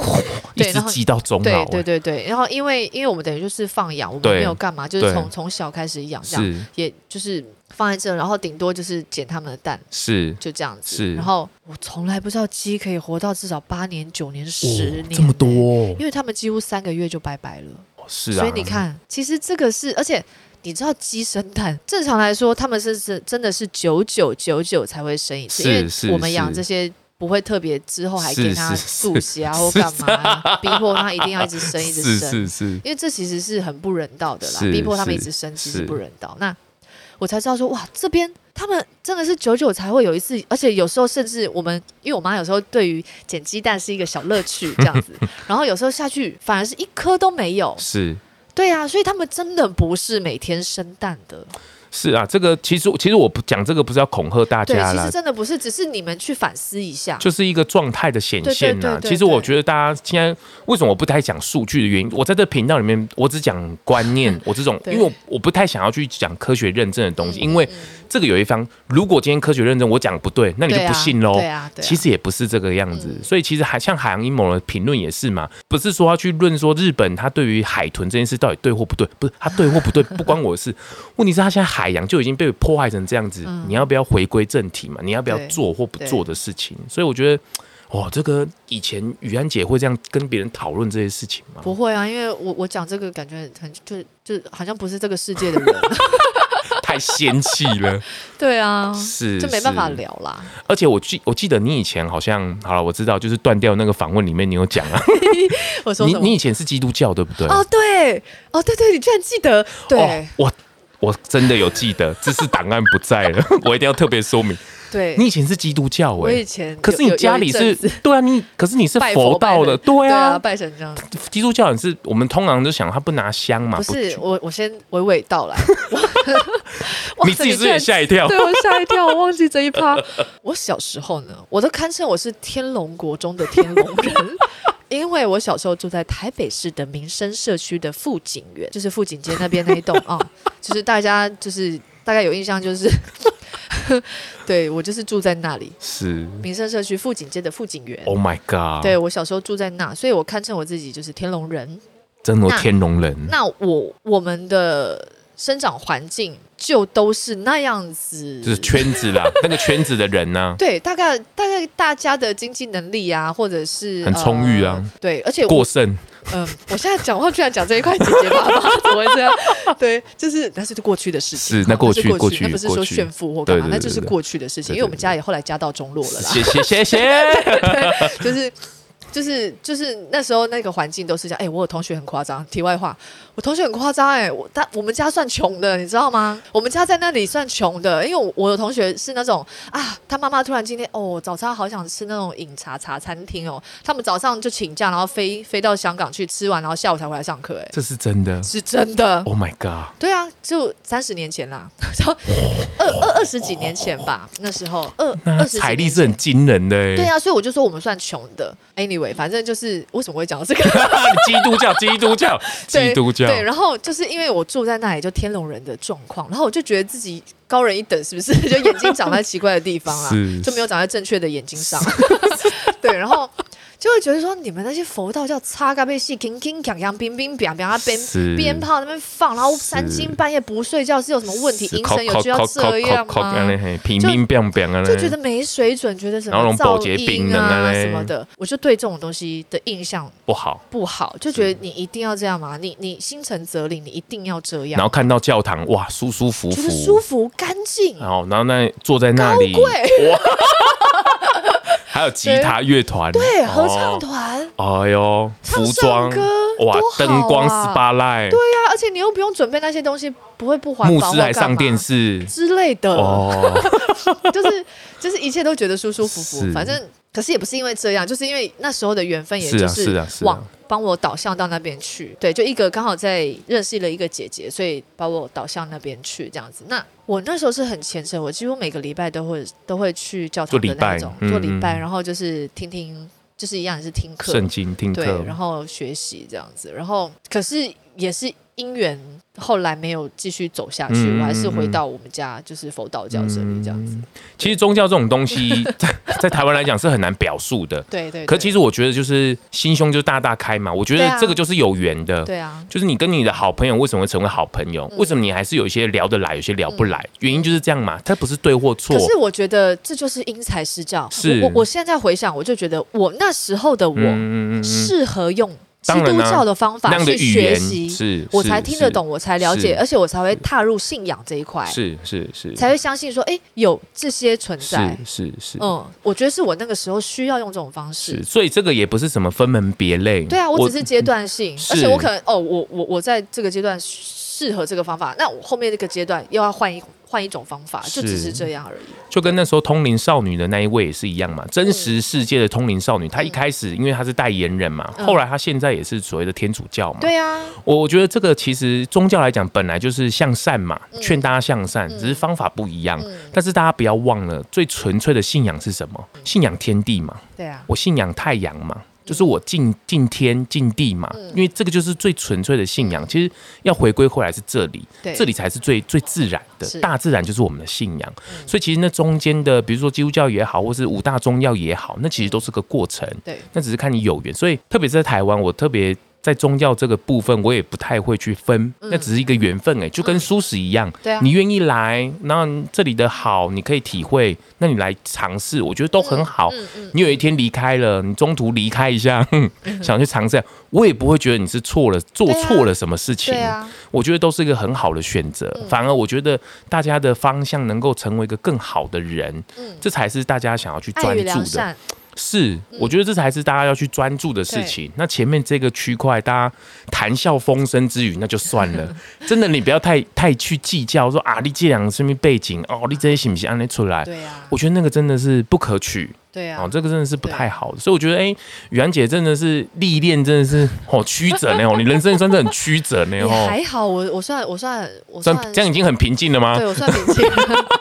[SPEAKER 2] 一
[SPEAKER 3] 对
[SPEAKER 2] 直
[SPEAKER 3] 然后
[SPEAKER 2] 记到终老欸
[SPEAKER 3] 对，对对对，然后因为因为我们等于就是放养，我们
[SPEAKER 2] 对
[SPEAKER 3] 没有干嘛，就
[SPEAKER 2] 对
[SPEAKER 3] 是从从小开始养，这样
[SPEAKER 2] 是
[SPEAKER 3] 也就是放在这，然后顶多就是捡他们的蛋，
[SPEAKER 2] 是
[SPEAKER 3] 就这样子。
[SPEAKER 2] 是
[SPEAKER 3] 然后我从来不知道鸡可以活到至少八年、九年、十年、
[SPEAKER 1] 这么多、，哦，
[SPEAKER 3] 因为他们几乎三个月就拜拜了。
[SPEAKER 2] 是啊，
[SPEAKER 3] 所以你看，其实这个是，而且你知道鸡生蛋，正常来说他们是是真的是九九九九才会生一次，
[SPEAKER 2] 是
[SPEAKER 3] 因
[SPEAKER 2] 是
[SPEAKER 3] 为我们养
[SPEAKER 2] 是
[SPEAKER 3] 这些。不会特别之后还给他
[SPEAKER 2] 是是
[SPEAKER 3] 速写 啊或干嘛啊、逼迫他一定要一直生一直
[SPEAKER 2] 是
[SPEAKER 3] 生，
[SPEAKER 2] 是是，
[SPEAKER 3] 因为这其实是很不人道的啦，
[SPEAKER 2] 是
[SPEAKER 3] 逼迫他们一
[SPEAKER 2] 是
[SPEAKER 3] 直生其实
[SPEAKER 2] 是
[SPEAKER 3] 不人道。那我才知道说，哇，这边他们真的是久久才会有一次，而且有时候甚至我们，因为我妈有时候对于捡鸡蛋是一个小乐趣这 样子，然后有时候下去反而是一颗都没有。
[SPEAKER 2] 是
[SPEAKER 3] 对啊，所以他们真的不是每天生蛋的，
[SPEAKER 2] 是啊，这个其实其实我不讲这个不是要恐吓大
[SPEAKER 3] 对，
[SPEAKER 2] 家
[SPEAKER 3] 其实
[SPEAKER 2] 啦，
[SPEAKER 3] 真的不是，只是你们去反思一下。
[SPEAKER 2] 就是一个状态的显现呐、
[SPEAKER 3] 对对对对
[SPEAKER 2] 其实我觉得大家现在为什么我不太讲数据的原因，我在这频道里面我只讲观念， 我这种因
[SPEAKER 3] 对
[SPEAKER 2] 为我我不太想要去讲科学认证的东西，
[SPEAKER 3] 嗯
[SPEAKER 2] 因为这个有一方，如果今天科学认证我讲不对，那你就
[SPEAKER 3] 对
[SPEAKER 2] 不
[SPEAKER 3] 啊
[SPEAKER 2] 信喽。
[SPEAKER 3] 对啊，对啊嗯
[SPEAKER 2] 其实也不是这个样子，所以其实还像海洋阴谋的评论也是嘛，不是说要去论说日本它对于海豚这件事到底对或不对，不是它对或不对不关我的事， 问题是它现在海洋就已经被破坏成这样子，
[SPEAKER 3] 嗯
[SPEAKER 2] 你要不要回归正题嘛？你要不要
[SPEAKER 3] 对
[SPEAKER 2] 做或不做的事情？所以我觉得，哦，这个以前雨安姐会这样跟别人讨论这些事情吗？
[SPEAKER 3] 不会啊，因为我我讲这个感觉很很就就好像不是这个世界的人，
[SPEAKER 2] 太仙气 了，
[SPEAKER 3] 对啊，
[SPEAKER 2] 是
[SPEAKER 3] 就没办法
[SPEAKER 2] 是
[SPEAKER 3] 聊啦。
[SPEAKER 2] 而且我记我记得你以前好像好了，我知道就是断掉那个访问里面你有讲啊，
[SPEAKER 3] 我 说
[SPEAKER 2] 你
[SPEAKER 3] 什么？
[SPEAKER 2] 你以前是基督教对不对？
[SPEAKER 3] 哦，对，哦，对对，你居然记得，对、
[SPEAKER 2] 哦、我我真的有记得，只是档案不在 了，我一定要特别说明。
[SPEAKER 3] 对，
[SPEAKER 2] 你以前是基督教
[SPEAKER 3] 我
[SPEAKER 2] 哎、
[SPEAKER 3] 以前
[SPEAKER 2] 可是你
[SPEAKER 3] 有
[SPEAKER 2] 家里
[SPEAKER 3] 有
[SPEAKER 2] 是
[SPEAKER 3] 一阵子
[SPEAKER 2] 对啊，你可是你是
[SPEAKER 3] 拜
[SPEAKER 2] 佛道
[SPEAKER 3] 拜
[SPEAKER 2] 的，
[SPEAKER 3] 的，
[SPEAKER 2] 对
[SPEAKER 3] 对
[SPEAKER 2] 啊，
[SPEAKER 3] 拜成这样。
[SPEAKER 2] 基督教人是我们通常就想他不拿香嘛，
[SPEAKER 3] 不是我，我先娓娓 道来。哇
[SPEAKER 2] 你自己是不是也吓一
[SPEAKER 3] 跳
[SPEAKER 2] 跳？
[SPEAKER 3] 对我吓一跳，我忘记这 一趴。我小时候呢，我都堪称我是天龙国中的天龙人， 因为我小时候住在台北市的民生社区的富锦园，就是富锦街那边那 一栋啊、就是大家就是大概有印象，就是 对我就是住在那里
[SPEAKER 2] 是
[SPEAKER 3] 民生社区富锦街的富锦园。
[SPEAKER 2] ，Oh my God，
[SPEAKER 3] 对，我小时候住在那，所以我堪称我自己就是天龙人。
[SPEAKER 2] 嗯真的
[SPEAKER 3] 那
[SPEAKER 2] 天龙人，
[SPEAKER 3] 那我我们的生长环境就都是那样子，
[SPEAKER 2] 就是圈子啦，那个圈子的人啊呢、
[SPEAKER 3] 对，大概大概大家的经济能力啊，或者是
[SPEAKER 2] 很充裕啊
[SPEAKER 3] 呃对，而且
[SPEAKER 2] 过
[SPEAKER 3] 我
[SPEAKER 2] 剩
[SPEAKER 3] 嗯、我现在讲话居然讲这一块结结巴巴， 怎么会这样？对，就是那是过去的事
[SPEAKER 2] 是
[SPEAKER 3] 情，
[SPEAKER 2] 那
[SPEAKER 3] 好
[SPEAKER 2] 过去
[SPEAKER 3] 是过
[SPEAKER 2] 过去
[SPEAKER 3] 那不是
[SPEAKER 2] 过
[SPEAKER 3] 说
[SPEAKER 2] 去
[SPEAKER 3] 炫富或干
[SPEAKER 2] 对
[SPEAKER 3] 嘛，
[SPEAKER 2] 对对
[SPEAKER 3] 那就是过去的事
[SPEAKER 2] 对对
[SPEAKER 3] 情，因为我们家也后来家道中落了啦，
[SPEAKER 2] 谢谢谢谢，
[SPEAKER 3] 就是。就是就是那时候那个环境都是这样，哎、我有同学很夸张。题外话，我同学很夸张、哎，我他我们家算穷的，你知道吗？我们家在那里算穷的，因为我我有同学是那种啊，他妈妈突然今天哦，早餐好想吃那种饮茶茶餐厅哦，他们早上就请假，然后飞飞到香港去吃完，然后下午才回来上课、哎，
[SPEAKER 2] 这是真的
[SPEAKER 3] 是真的。
[SPEAKER 2] ，Oh my God，
[SPEAKER 3] 对啊，就三十年前啦， 就二二二十几年前吧，那时候二
[SPEAKER 2] 那
[SPEAKER 3] 二十几
[SPEAKER 2] 财力
[SPEAKER 3] 年
[SPEAKER 2] 是很
[SPEAKER 3] 前
[SPEAKER 2] 惊人的、欸，
[SPEAKER 3] 对啊，所以我就说我们算穷的。Anyway，反正就是为什么会讲到这个？
[SPEAKER 2] 基督教，基督教，
[SPEAKER 3] 对
[SPEAKER 2] 基督教，
[SPEAKER 3] 对，然后就是因为我住在那里，就天龙人的状况，然后我就觉得自己高人一等，是不 是？就眼睛长在奇怪的地方啊
[SPEAKER 2] 是，
[SPEAKER 3] 就没有长在正确的眼睛上。 对，然后就会觉得说，你们那些佛道教擦嘎被戏，铿铿锵锵，冰冰冰冰，啊鞭
[SPEAKER 2] 是
[SPEAKER 3] 鞭炮那边放，然后三更半夜不睡觉是有什么问题？
[SPEAKER 2] 是
[SPEAKER 3] 营神有需要这样吗？
[SPEAKER 2] 平民变变啊，
[SPEAKER 3] 就觉得没水准，觉得什么
[SPEAKER 2] 然后那种保
[SPEAKER 3] 噪
[SPEAKER 2] 洁冰
[SPEAKER 3] 音
[SPEAKER 2] 人啊
[SPEAKER 3] 啊
[SPEAKER 2] 嘞
[SPEAKER 3] 什么的，我就对这种东西的印象
[SPEAKER 2] 不好。
[SPEAKER 3] 不好，就觉得你一定要这样嘛，你你心诚则灵，你一定要这
[SPEAKER 2] 然
[SPEAKER 3] 样，
[SPEAKER 2] 后看到教堂，哇，舒舒服啊
[SPEAKER 3] 觉
[SPEAKER 2] 服
[SPEAKER 3] 得，舒服干净。
[SPEAKER 2] 然后然后那坐在那里，
[SPEAKER 3] 高贵
[SPEAKER 2] 哇， 还有吉他乐团，
[SPEAKER 3] 对，
[SPEAKER 2] 哦
[SPEAKER 3] 合唱，团，
[SPEAKER 2] 哎呦，
[SPEAKER 3] 唱
[SPEAKER 2] 服装
[SPEAKER 3] 唱歌
[SPEAKER 2] 哇
[SPEAKER 3] 多好啊，
[SPEAKER 2] 灯光 SPA light，
[SPEAKER 3] 对啊呀、而且你又不用准备那些东西，不会不环
[SPEAKER 2] 牧
[SPEAKER 3] 保
[SPEAKER 2] 师还
[SPEAKER 3] 或干
[SPEAKER 2] 上
[SPEAKER 3] 嘛
[SPEAKER 2] 电视，
[SPEAKER 3] 之类的，
[SPEAKER 2] 哦，
[SPEAKER 3] 就是 就是一切都觉得舒舒服服
[SPEAKER 2] 是，
[SPEAKER 3] 反正。可是也不是因为这样，就是因为那时候的缘分，也
[SPEAKER 2] 是啊
[SPEAKER 3] 就是
[SPEAKER 2] 啊是啊
[SPEAKER 3] 往帮我导向到那边去。对，就一个刚好在认识了一个姐姐，所以把我导向那边去这样子。那我那时候是很虔诚，我几乎每个礼拜都会都会去教堂
[SPEAKER 2] 做
[SPEAKER 3] 的
[SPEAKER 2] 礼拜
[SPEAKER 3] 那种
[SPEAKER 2] 嗯
[SPEAKER 3] 做礼拜，
[SPEAKER 2] 嗯
[SPEAKER 3] 然后就是听听，就是一样也是听课，
[SPEAKER 2] 圣经听
[SPEAKER 3] 对
[SPEAKER 2] 课，，
[SPEAKER 3] 然后学习这样子，然后可是也是因缘，后来没有继续走下去，
[SPEAKER 2] 嗯
[SPEAKER 3] 我还是
[SPEAKER 2] 嗯
[SPEAKER 3] 回
[SPEAKER 2] 嗯
[SPEAKER 3] 到我们家就是佛道教这里这样子。
[SPEAKER 2] 其实宗教这种东西，在台湾来讲是很难表述的。
[SPEAKER 3] 对对，
[SPEAKER 2] 可其
[SPEAKER 3] 实
[SPEAKER 2] 实我觉得就是心胸就大大开嘛，我觉
[SPEAKER 3] 对
[SPEAKER 2] 得
[SPEAKER 3] 啊
[SPEAKER 2] 这个就是有缘的。
[SPEAKER 3] 对嗯啊，
[SPEAKER 2] 就是你跟你的好朋友为什么会成为好朋友？为什么你还是有一些聊得来，有些聊不来？原因就是这样嘛，它不是对或错
[SPEAKER 3] 嗯可。是我觉得这就是因材施教。
[SPEAKER 2] 是
[SPEAKER 3] 我我我现在回想，我就觉得我那时候的我
[SPEAKER 2] 嗯嗯嗯嗯，
[SPEAKER 3] 适合用基
[SPEAKER 2] 当然
[SPEAKER 3] 督
[SPEAKER 2] 啊
[SPEAKER 3] 教的方
[SPEAKER 2] 那
[SPEAKER 3] 法
[SPEAKER 2] 样的
[SPEAKER 3] 去
[SPEAKER 2] 语
[SPEAKER 3] 学
[SPEAKER 2] 言
[SPEAKER 3] 习，
[SPEAKER 2] 是，
[SPEAKER 3] 我
[SPEAKER 2] 是
[SPEAKER 3] 才听得懂，。我才了解，
[SPEAKER 2] 是
[SPEAKER 3] 而且我才会踏入信仰这一块，
[SPEAKER 2] 是是是，
[SPEAKER 3] 才会相信说，哎，有这些存在。
[SPEAKER 2] 是是是，
[SPEAKER 3] 嗯，我觉得是我那个时候需要用这种方式
[SPEAKER 2] 是，。所以这个也不是什么分门别类。
[SPEAKER 3] 对啊，我只是阶段性，
[SPEAKER 2] 是
[SPEAKER 3] 而且我可能哦，我我我在这个阶段适合这个方法，那我后面这个阶段又要换一换一种方法，
[SPEAKER 2] 是
[SPEAKER 3] 就只是这样而已。
[SPEAKER 2] 就跟那时候通灵少女的那一位也是一样嘛，真实世界的通灵少女，她一开始因为她是代言人嘛，
[SPEAKER 3] 嗯
[SPEAKER 2] 后来她现在也是所谓的天主教嘛。
[SPEAKER 3] 对啊，
[SPEAKER 2] 我我觉得这个其实宗教来讲，本来就是向善嘛，
[SPEAKER 3] 嗯
[SPEAKER 2] 劝大家向善，只是方法不一样。
[SPEAKER 3] 嗯，
[SPEAKER 2] 但是大家不要忘了，最纯粹的信仰是什么？信仰天地嘛，
[SPEAKER 3] 对啊，
[SPEAKER 2] 我信仰太阳
[SPEAKER 3] 嗯
[SPEAKER 2] 嘛，就是我敬敬天敬地嘛，因为这个就是最纯粹的信仰。其实要回归回来是这里，
[SPEAKER 3] 对，
[SPEAKER 2] 这里才是最最自然的
[SPEAKER 3] 是，嗯
[SPEAKER 2] 大自然就是我们的信仰。所以其实那中间的，比如说基督教也好，或是五大宗教也好，那其
[SPEAKER 3] 嗯
[SPEAKER 2] 实都是个过程。
[SPEAKER 3] 对
[SPEAKER 2] 那只是看你有缘。所以特别是在台湾，我特别。在宗教这个部分，我也不太会去分，那只是一个缘分哎、就跟舒适一样，
[SPEAKER 3] 嗯对啊
[SPEAKER 2] 你愿意来，那这里的好你可以体会，那你来尝试，我觉得都
[SPEAKER 3] 嗯
[SPEAKER 2] 很好。你有一天离开了，你中途离开一下，哼想去尝试，我也不会觉得你是错了，做
[SPEAKER 3] 嗯对啊
[SPEAKER 2] 错了什么事情。
[SPEAKER 3] 对啊，嗯
[SPEAKER 2] 我觉得都是一个很好的选择。反而我觉得大家的方向能够成为一个更好的人，这才是大家想要去
[SPEAKER 3] 嗯爱
[SPEAKER 2] 专
[SPEAKER 3] 与
[SPEAKER 2] 注
[SPEAKER 3] 良
[SPEAKER 2] 的。
[SPEAKER 3] 善，
[SPEAKER 2] 是，
[SPEAKER 3] 嗯
[SPEAKER 2] 我觉得这才是大家要去专注的事情。那前面这个区块，大家谈笑风生之余，那就算 了。真的，你不要太太去计较说啊，你这两个生命背景哦，你这些行不行按得出来？
[SPEAKER 3] 对啊，
[SPEAKER 2] 我觉得那个真的是不可取。
[SPEAKER 3] 对
[SPEAKER 2] 哦
[SPEAKER 3] 啊，，
[SPEAKER 2] 哎这个真的是不太好的，所以我觉得，哎、雨然姐真的是 历练，真的是哦曲折呢哦，你人生真的很曲折呢
[SPEAKER 3] 也
[SPEAKER 2] 哦。
[SPEAKER 3] 还好，我我算我算我
[SPEAKER 2] 这
[SPEAKER 3] 算
[SPEAKER 2] 样这样已经很平静了吗
[SPEAKER 3] 对？我算平静，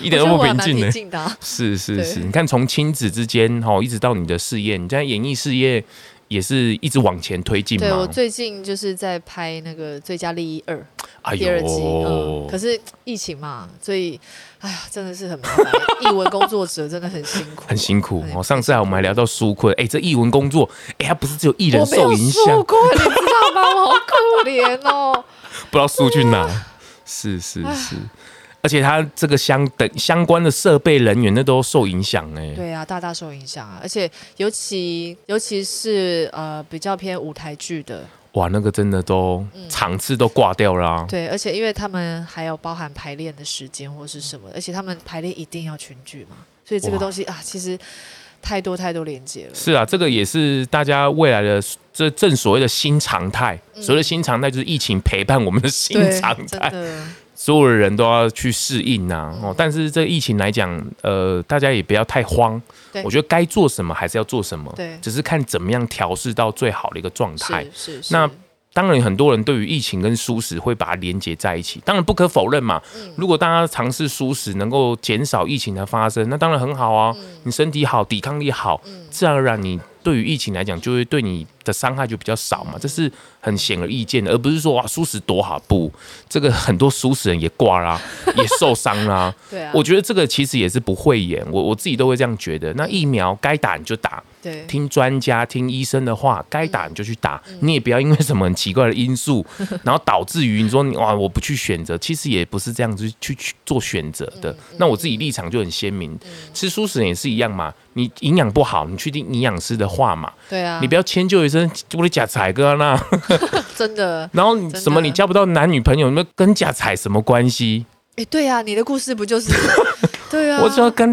[SPEAKER 2] 一
[SPEAKER 3] 一
[SPEAKER 2] 点都不平静呢、
[SPEAKER 3] 平静的啊。
[SPEAKER 2] 是是
[SPEAKER 3] 对
[SPEAKER 2] 是，你看从亲子之间哈，哦一直到你的事业，你现在演艺事业也是一直往前推进
[SPEAKER 3] 对我
[SPEAKER 2] 嘛。
[SPEAKER 3] 最近就是在拍那个《最佳利益二》
[SPEAKER 2] 哎
[SPEAKER 3] 第二集，嗯，可是疫情嘛，所以哎呀，真的是很麻烦， 译文工作者真的很辛苦，
[SPEAKER 2] 很辛苦
[SPEAKER 3] 对
[SPEAKER 2] 哦。上次啊，我们还聊到纾困，哎，这译文工作，哎，它不是只有艺
[SPEAKER 3] 我
[SPEAKER 2] 人
[SPEAKER 3] 没有
[SPEAKER 2] 受
[SPEAKER 3] 啊
[SPEAKER 2] 影响
[SPEAKER 3] 说，过，你知道吗？我好可怜 哦。
[SPEAKER 2] 不知道输去哪。是是是，而且它这个相等相关的设备人员那都受影响哎。
[SPEAKER 3] 对啊，大大受影响啊，而且尤其尤其是呃比较偏舞台剧的，
[SPEAKER 2] 哇，那个真的都
[SPEAKER 3] 嗯
[SPEAKER 2] 场次都挂掉啦、
[SPEAKER 3] 对，而且因为他们还有包含排练的时间或是什么，而且他们排练一定要群聚嘛，所以这个
[SPEAKER 2] 哇
[SPEAKER 3] 东西啊，其实太多太多连接了。
[SPEAKER 2] 是啊，这个也是大家未来的这正所谓的新常态。所谓的新常态，就是疫情陪伴我们的新
[SPEAKER 3] 嗯对，
[SPEAKER 2] 常
[SPEAKER 3] 真
[SPEAKER 2] 态，
[SPEAKER 3] 的，嗯
[SPEAKER 2] 所有的人都要去适应呐、哦，但是这疫情来讲，呃，大家也不要太慌
[SPEAKER 3] 对。
[SPEAKER 2] 我觉得该做什么还是要做什么，
[SPEAKER 3] 对
[SPEAKER 2] 只是看怎么样调试到最好的一个状态。
[SPEAKER 3] 是是是。
[SPEAKER 2] 那当然，很多人对于疫情跟舒适会把它连接在一起。当然不可否认嘛，如果大家尝试舒适，能够减少疫情的发生，那当然很好啊。你身体好，抵抗力好，自然而然你对于疫情来讲，就会对你的伤害就比较少嘛。这是很显而易见的，而不是说哇舒适多好不，这个很多舒适人也挂啦，也受伤啦。
[SPEAKER 3] 对啊，
[SPEAKER 2] 我觉得这个其实也是不会演，我我自己都会这样觉得。那疫苗该打你就打，
[SPEAKER 3] 对
[SPEAKER 2] 听专家、听医生的话，该打你就去打，
[SPEAKER 3] 嗯
[SPEAKER 2] 你也不要因为什么很奇怪的因 素，然后导致于你说你哇我不去选择，其实也不是这样子去去做选择
[SPEAKER 3] 嗯
[SPEAKER 2] 的。那我自己立场就很鲜明，吃素食人也是一样嘛，你营养不好，你去听营养师的话嘛，
[SPEAKER 3] 对啊，
[SPEAKER 2] 你不要迁就一生，我的假彩哥啊那，
[SPEAKER 3] 真的
[SPEAKER 2] 然后你
[SPEAKER 3] 真的
[SPEAKER 2] 什么你交不到男女朋友，那跟假彩什么关系？
[SPEAKER 3] 哎，对啊，你的故事不就是 对啊？
[SPEAKER 2] 我只要跟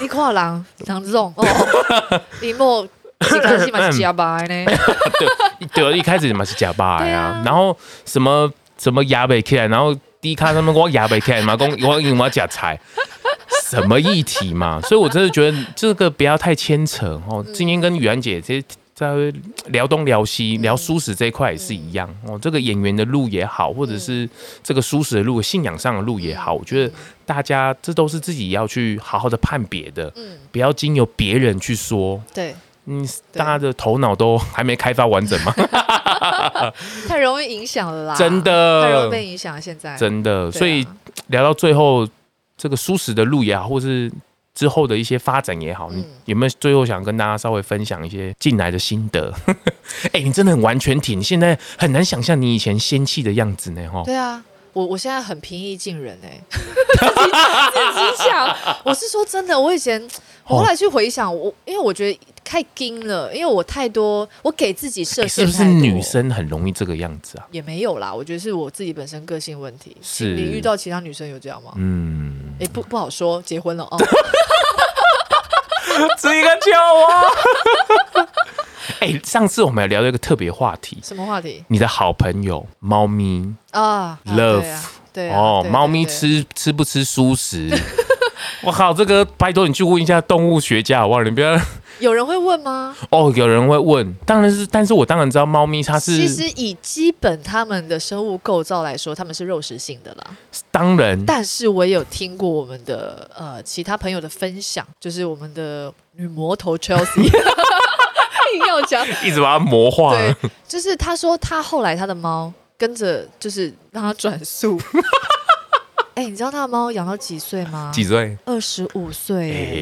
[SPEAKER 3] 你看人人种哦，你 莫你可是蛮假白呢，
[SPEAKER 2] 对，一开始嘛是假巴
[SPEAKER 3] 对
[SPEAKER 2] 呀、
[SPEAKER 3] 啊
[SPEAKER 2] 然后什么什么牙北起来，然后低卡他们光牙北起来嘛，光光我嘛假财，什么议题嘛？所以我真的觉得这个不要太牵扯哦。
[SPEAKER 3] 嗯
[SPEAKER 2] 今天跟雨安姐这。在聊东聊
[SPEAKER 3] 嗯
[SPEAKER 2] 西，聊舒适这一块也是一样哦。这个演员的路也好，或者是这个舒适的路、信仰上的路也
[SPEAKER 3] 嗯
[SPEAKER 2] 好，我觉得大家这都是自己要去好好的判别的，
[SPEAKER 3] 嗯
[SPEAKER 2] 不要经由别人去说。
[SPEAKER 3] 对，
[SPEAKER 2] 嗯，
[SPEAKER 3] 对
[SPEAKER 2] 大家的头脑都还没开发完整 嘛。
[SPEAKER 3] 太容易影响了啦，
[SPEAKER 2] 真
[SPEAKER 3] 太容易
[SPEAKER 2] 的，
[SPEAKER 3] 被影响了。现在
[SPEAKER 2] 真的，
[SPEAKER 3] 对啊
[SPEAKER 2] 所以聊到最后，这个舒适的路也好，或是之后的一些发展也好，
[SPEAKER 3] 嗯
[SPEAKER 2] 你有没有最后想跟大家稍微分享一些进来的心得？ 哎、你真的很完全体，你现在很难想象你以前仙气的样子呢，哈。
[SPEAKER 3] 对啊，我我现在很平易近人哎、 自己自己讲，我是说真的，我以前
[SPEAKER 2] 哦
[SPEAKER 3] 我后来去回想，我因为我觉得太精了，因为我太多，我给自己
[SPEAKER 2] 欸
[SPEAKER 3] 设
[SPEAKER 2] 是
[SPEAKER 3] 限、
[SPEAKER 2] 不是女？生很容易这个样子啊？
[SPEAKER 3] 也没有啦，我觉得是我自己本身个性问题。
[SPEAKER 2] 是
[SPEAKER 3] 你遇到其他女生有这样吗？
[SPEAKER 2] 嗯，
[SPEAKER 3] 哎、不不好说，结婚 了哦。
[SPEAKER 2] 这个叫啊！ 哎、上次我们还聊到一个特别话题，
[SPEAKER 3] 什么话题
[SPEAKER 2] 你的好朋友猫咪
[SPEAKER 3] 啊
[SPEAKER 2] Love
[SPEAKER 3] 对啊，对啊
[SPEAKER 2] 哦，
[SPEAKER 3] 对
[SPEAKER 2] 猫咪
[SPEAKER 3] 对
[SPEAKER 2] 吃吃不吃素食？ 我靠，这个拜托你去问一下动物学家好不好？你不要
[SPEAKER 3] 有人会问吗？
[SPEAKER 2] 哦，有人会问，当然是，但是我当然知道猫咪它
[SPEAKER 3] 其
[SPEAKER 2] 是
[SPEAKER 3] 实以基本它们的生物构造来说，它们是肉食性的啦。
[SPEAKER 2] 当然
[SPEAKER 3] 但是我也有听过我们的呃其他朋友的分享，就是我们的女魔头 Chelsea 硬要讲，
[SPEAKER 2] 一直把它魔化。
[SPEAKER 3] 对，就是她说她后来她的猫跟着就是让它转 速。哎、你知道她的猫养到几岁吗？
[SPEAKER 2] 几岁？
[SPEAKER 3] 二十五岁
[SPEAKER 2] 哎、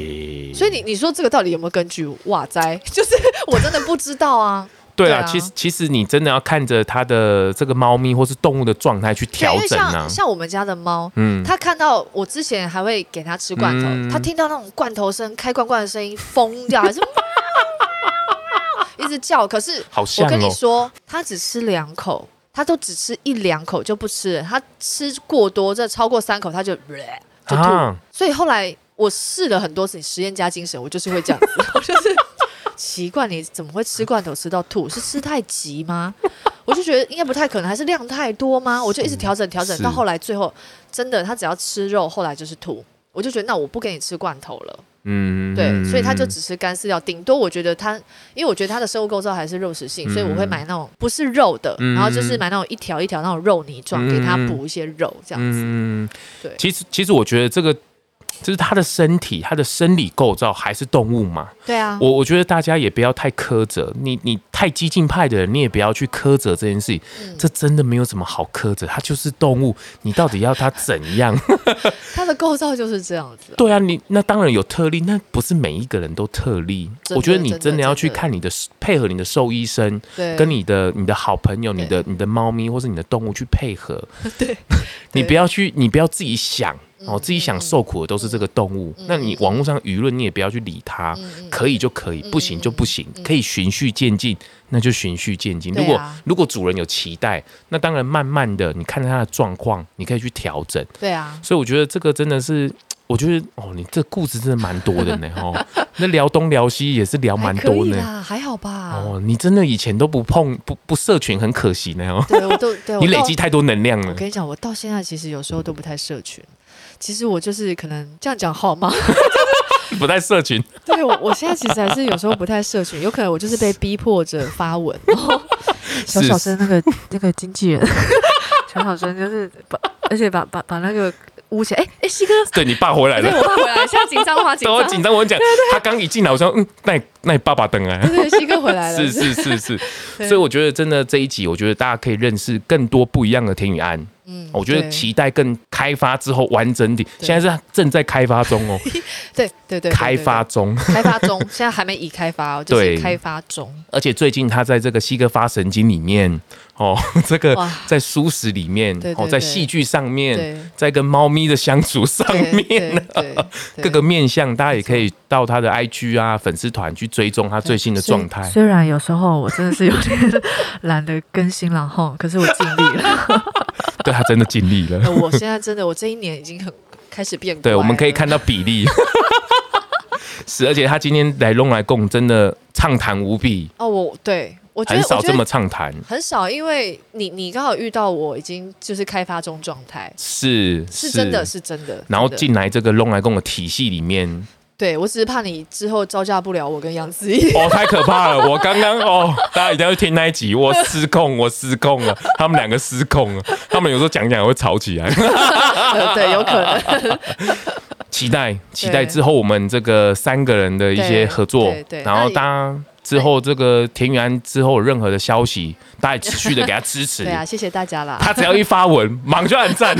[SPEAKER 3] 耶。所以你你说这个到底有没有根据？哇塞，就是我真的不知道啊。
[SPEAKER 2] 对
[SPEAKER 3] 对
[SPEAKER 2] 啊，
[SPEAKER 3] 啊
[SPEAKER 2] 其实其实你真的要看着它的这个猫咪或是动物的状态去
[SPEAKER 3] 对，
[SPEAKER 2] 调
[SPEAKER 3] 因为
[SPEAKER 2] 整啊
[SPEAKER 3] 像。像我们家的猫，
[SPEAKER 2] 嗯，
[SPEAKER 3] 它看到我之前还会给它吃罐头，
[SPEAKER 2] 嗯
[SPEAKER 3] 它听到那种罐头声、开罐罐的声音，疯 掉，还是一直叫。可是
[SPEAKER 2] 好
[SPEAKER 3] 我
[SPEAKER 2] 像
[SPEAKER 3] 跟你
[SPEAKER 2] 哦，
[SPEAKER 3] 说，它只吃两口，它都只吃一两口就不吃了，它吃过多，这超过三口它就就吐。
[SPEAKER 2] 啊
[SPEAKER 3] 所以后来我试了很多次，实验家精神，我就是会这样子， 我就是奇怪，你怎么会吃罐头吃到吐？是吃太急吗？我就觉得应该不太可能，还是量太多吗？我就一直调整调整，
[SPEAKER 2] 是
[SPEAKER 3] 到后来最后真的，他只要吃肉，后来就是吐。我就觉得那我不给你吃罐头了，
[SPEAKER 2] 嗯，
[SPEAKER 3] 对，所以他就只吃干饲料，顶多我觉得他，因为我觉得他的生物构造还是肉食性，所以我会买那种不是肉的，
[SPEAKER 2] 嗯
[SPEAKER 3] 然后就是买那种一条一条那种肉泥状，给他
[SPEAKER 2] 嗯
[SPEAKER 3] 补一些肉这样子。
[SPEAKER 2] 嗯，
[SPEAKER 3] 对
[SPEAKER 2] 其实其实我觉得这个。就是它的身体，它的生理构造还是动物嘛。
[SPEAKER 3] 对啊，
[SPEAKER 2] 我我觉得大家也不要太苛责，你你太激进派的人，你也不要去苛责这件事情。
[SPEAKER 3] 嗯
[SPEAKER 2] 这真的没有什么好苛责，它就是动物，你到底要它怎样？
[SPEAKER 3] 它的构造就是这样子啊、
[SPEAKER 2] 对啊，你那当然有特例，那不是每一个人都特例。
[SPEAKER 3] 真的
[SPEAKER 2] 我觉得你真
[SPEAKER 3] 真
[SPEAKER 2] 的
[SPEAKER 3] 的
[SPEAKER 2] 要去
[SPEAKER 3] 真的
[SPEAKER 2] 看你的配合你的兽医生，
[SPEAKER 3] 对，
[SPEAKER 2] 跟你的你的好朋友、
[SPEAKER 3] 对
[SPEAKER 2] 你的你的猫咪或是你的动物去配合。
[SPEAKER 3] 对，
[SPEAKER 2] 你
[SPEAKER 3] 对
[SPEAKER 2] 不要去，你不要自己想哦，
[SPEAKER 3] 嗯
[SPEAKER 2] 自己想
[SPEAKER 3] 嗯
[SPEAKER 2] 受苦的都是这个动物。那你网络上舆论你也不要去理它，
[SPEAKER 3] 嗯
[SPEAKER 2] 可以就可以，不行就不行，可以循序渐进，那就循序渐进。
[SPEAKER 3] 对
[SPEAKER 2] 如
[SPEAKER 3] 啊
[SPEAKER 2] 果如果主人有期待，那当然慢慢的，你看它的状况，你可以去调整。
[SPEAKER 3] 对啊，
[SPEAKER 2] 所以我觉得这个真的是。我觉得哦，你这故事真的蛮多的呢 哦，那聊东聊西也是聊蛮
[SPEAKER 3] 还可
[SPEAKER 2] 多
[SPEAKER 3] 以
[SPEAKER 2] 呢
[SPEAKER 3] 啦，还好吧。
[SPEAKER 2] 哦，你真的以前都不碰不不社群，很可惜呢哦，
[SPEAKER 3] 对，我都对我
[SPEAKER 2] 你累
[SPEAKER 3] 到
[SPEAKER 2] 积。太多能量了
[SPEAKER 3] 我。跟你讲，我到现在其实有时候都不太社群。其实我就是可能这样讲好 吗？
[SPEAKER 2] 不在社群，
[SPEAKER 3] 对我，我现在其实还是有时候不太社群，有可能我就是被逼迫着发文。 然后小
[SPEAKER 2] 是
[SPEAKER 4] 小生那个那个经纪人，小小生就是把，而且把把把那个
[SPEAKER 3] 捂起来，哎哎，西哥，
[SPEAKER 2] 对你爸回 来
[SPEAKER 3] 哎对
[SPEAKER 2] 了，
[SPEAKER 3] 我爸回来，现在紧张吗？紧
[SPEAKER 2] 等我紧
[SPEAKER 3] 张。
[SPEAKER 2] 张，我跟你 讲，他刚一进来，我说嗯，那那你爸爸等啊来。
[SPEAKER 3] 对，西哥回来了。
[SPEAKER 2] 是是是是，
[SPEAKER 3] 对
[SPEAKER 2] 所以我觉得真的这一集，我觉得大家可以认识更多不一样的田雨安。
[SPEAKER 3] 嗯
[SPEAKER 2] 我觉得
[SPEAKER 3] 对
[SPEAKER 2] 期待更开发之后完整体，
[SPEAKER 3] 对
[SPEAKER 2] 现在是正在开发中哦，
[SPEAKER 3] 对对对对
[SPEAKER 2] 开发
[SPEAKER 3] 对
[SPEAKER 2] 中。
[SPEAKER 3] 对开发中，现在还没已开发哦，就是
[SPEAKER 2] 对
[SPEAKER 3] 开发中。
[SPEAKER 2] 而且最近他在这个西哥发神经里面，哦， 这个
[SPEAKER 3] 哇，
[SPEAKER 2] 在舒适里面
[SPEAKER 3] 对，对
[SPEAKER 2] 哦，在
[SPEAKER 3] 对
[SPEAKER 2] 戏剧上面，
[SPEAKER 3] 对
[SPEAKER 2] 在跟猫咪的相处上
[SPEAKER 3] 对
[SPEAKER 2] 面，啊
[SPEAKER 3] 对对，对
[SPEAKER 2] 各 个面向，大家也可以到他的 IG 啊粉丝团去追踪他最新的状态。
[SPEAKER 4] 虽然有时候我真的是有点懒得更新了哈，可是我尽力了。
[SPEAKER 2] 对他真的尽力了。
[SPEAKER 3] 呃我现在真的，我这一年已经很开始变乖
[SPEAKER 2] 对，
[SPEAKER 3] 了。
[SPEAKER 2] 我们可以看到比例。 是，而且他今天来弄来共真的畅谈无比，
[SPEAKER 3] 哦，我对我觉得
[SPEAKER 2] 很少
[SPEAKER 3] 我觉得
[SPEAKER 2] 这么畅谈。
[SPEAKER 3] 很少，因为你你刚好遇到我已经就是开发中状态，
[SPEAKER 2] 是
[SPEAKER 3] 是真的，是真的。真
[SPEAKER 2] 然后
[SPEAKER 3] 的
[SPEAKER 2] 进来这个弄来共的体系里面，
[SPEAKER 3] 对我只是怕你之后招架不了我跟杨子怡。
[SPEAKER 2] 哦，太可怕了！我刚刚哦，大家一定要去听那一集，我失控，我失控了，他们两个失控了，他们有时候讲讲会吵起来。
[SPEAKER 3] 呃对，有可能
[SPEAKER 2] 期待期待之后我们这个三个人的一些合作
[SPEAKER 3] 对对，对
[SPEAKER 2] 然
[SPEAKER 3] 那
[SPEAKER 2] 后
[SPEAKER 3] 你
[SPEAKER 2] 大家之后这个田园之后有任何的消息，大家也持续的给他支持
[SPEAKER 3] 对。啊，谢谢大家啦。
[SPEAKER 2] 他只要一发文，忙就按赞。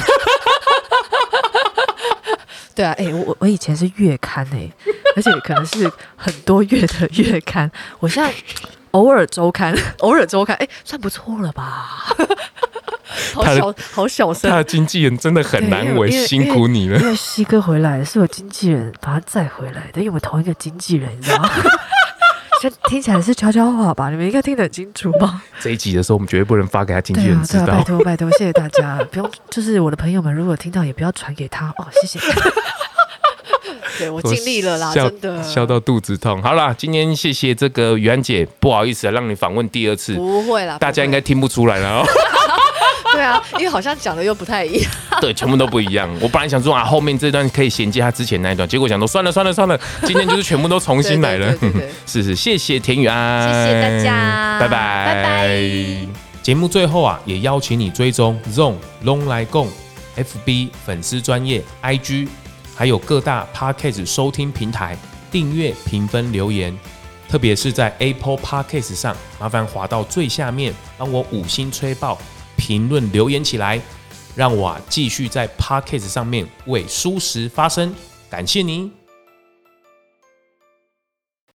[SPEAKER 5] 对啊，哎、
[SPEAKER 3] 哎、我我我以前是月刊哎、而且可能是很多月的月刊，我现在偶尔周刊，偶尔周刊，哎、算不错了吧？好
[SPEAKER 6] 他的
[SPEAKER 3] 小好小声
[SPEAKER 6] 他，的经纪人真的很难为，
[SPEAKER 3] 对因为因为
[SPEAKER 6] 辛苦你了。
[SPEAKER 3] 因为西哥回来是我经纪人把他载回来的，因为我们同一个经纪人，你知道吗？ 这听起来是悄悄话吧？你们应该听得很清楚吧？
[SPEAKER 6] 这一集的时候，我们绝对不能发给他经纪
[SPEAKER 3] 对
[SPEAKER 6] 人
[SPEAKER 3] 啊，
[SPEAKER 6] 知
[SPEAKER 3] 对啊，拜
[SPEAKER 6] 道。
[SPEAKER 3] 托拜托，谢谢大家，不用，就是我的朋友们如果听到也不要传给他哦，谢谢。
[SPEAKER 5] 对我尽力了啦，
[SPEAKER 6] 笑
[SPEAKER 5] 真的。
[SPEAKER 6] 笑到肚子痛。好啦，今天谢谢这个于安姐，不好意思、啊、让你访问第二次，
[SPEAKER 5] 不会啊啦，
[SPEAKER 6] 大家应该听不出来了哦。
[SPEAKER 5] 不会对啊，因为好像讲的又不太一样。
[SPEAKER 6] 对，全部都不一样。我本来想说啊，后面这段可以衔接他之前那一段，结果想说算了算了算了，今天就是全部都重新来了。
[SPEAKER 5] 对对对对对
[SPEAKER 6] 是是， 谢谢田雨安，
[SPEAKER 5] 谢谢大家
[SPEAKER 6] 拜拜
[SPEAKER 5] 拜拜
[SPEAKER 2] 节目最后啊，也邀请你追踪 Zone Long 来共 FB 粉丝专业 IG，还有各大 Podcast 收听平台订阅、评分、留言，特别是在 Apple Podcast 上，麻烦滑到最下面，帮我五星吹爆，评论留言起来，让我啊继续在 Podcast 上面为舒适发声。感谢您。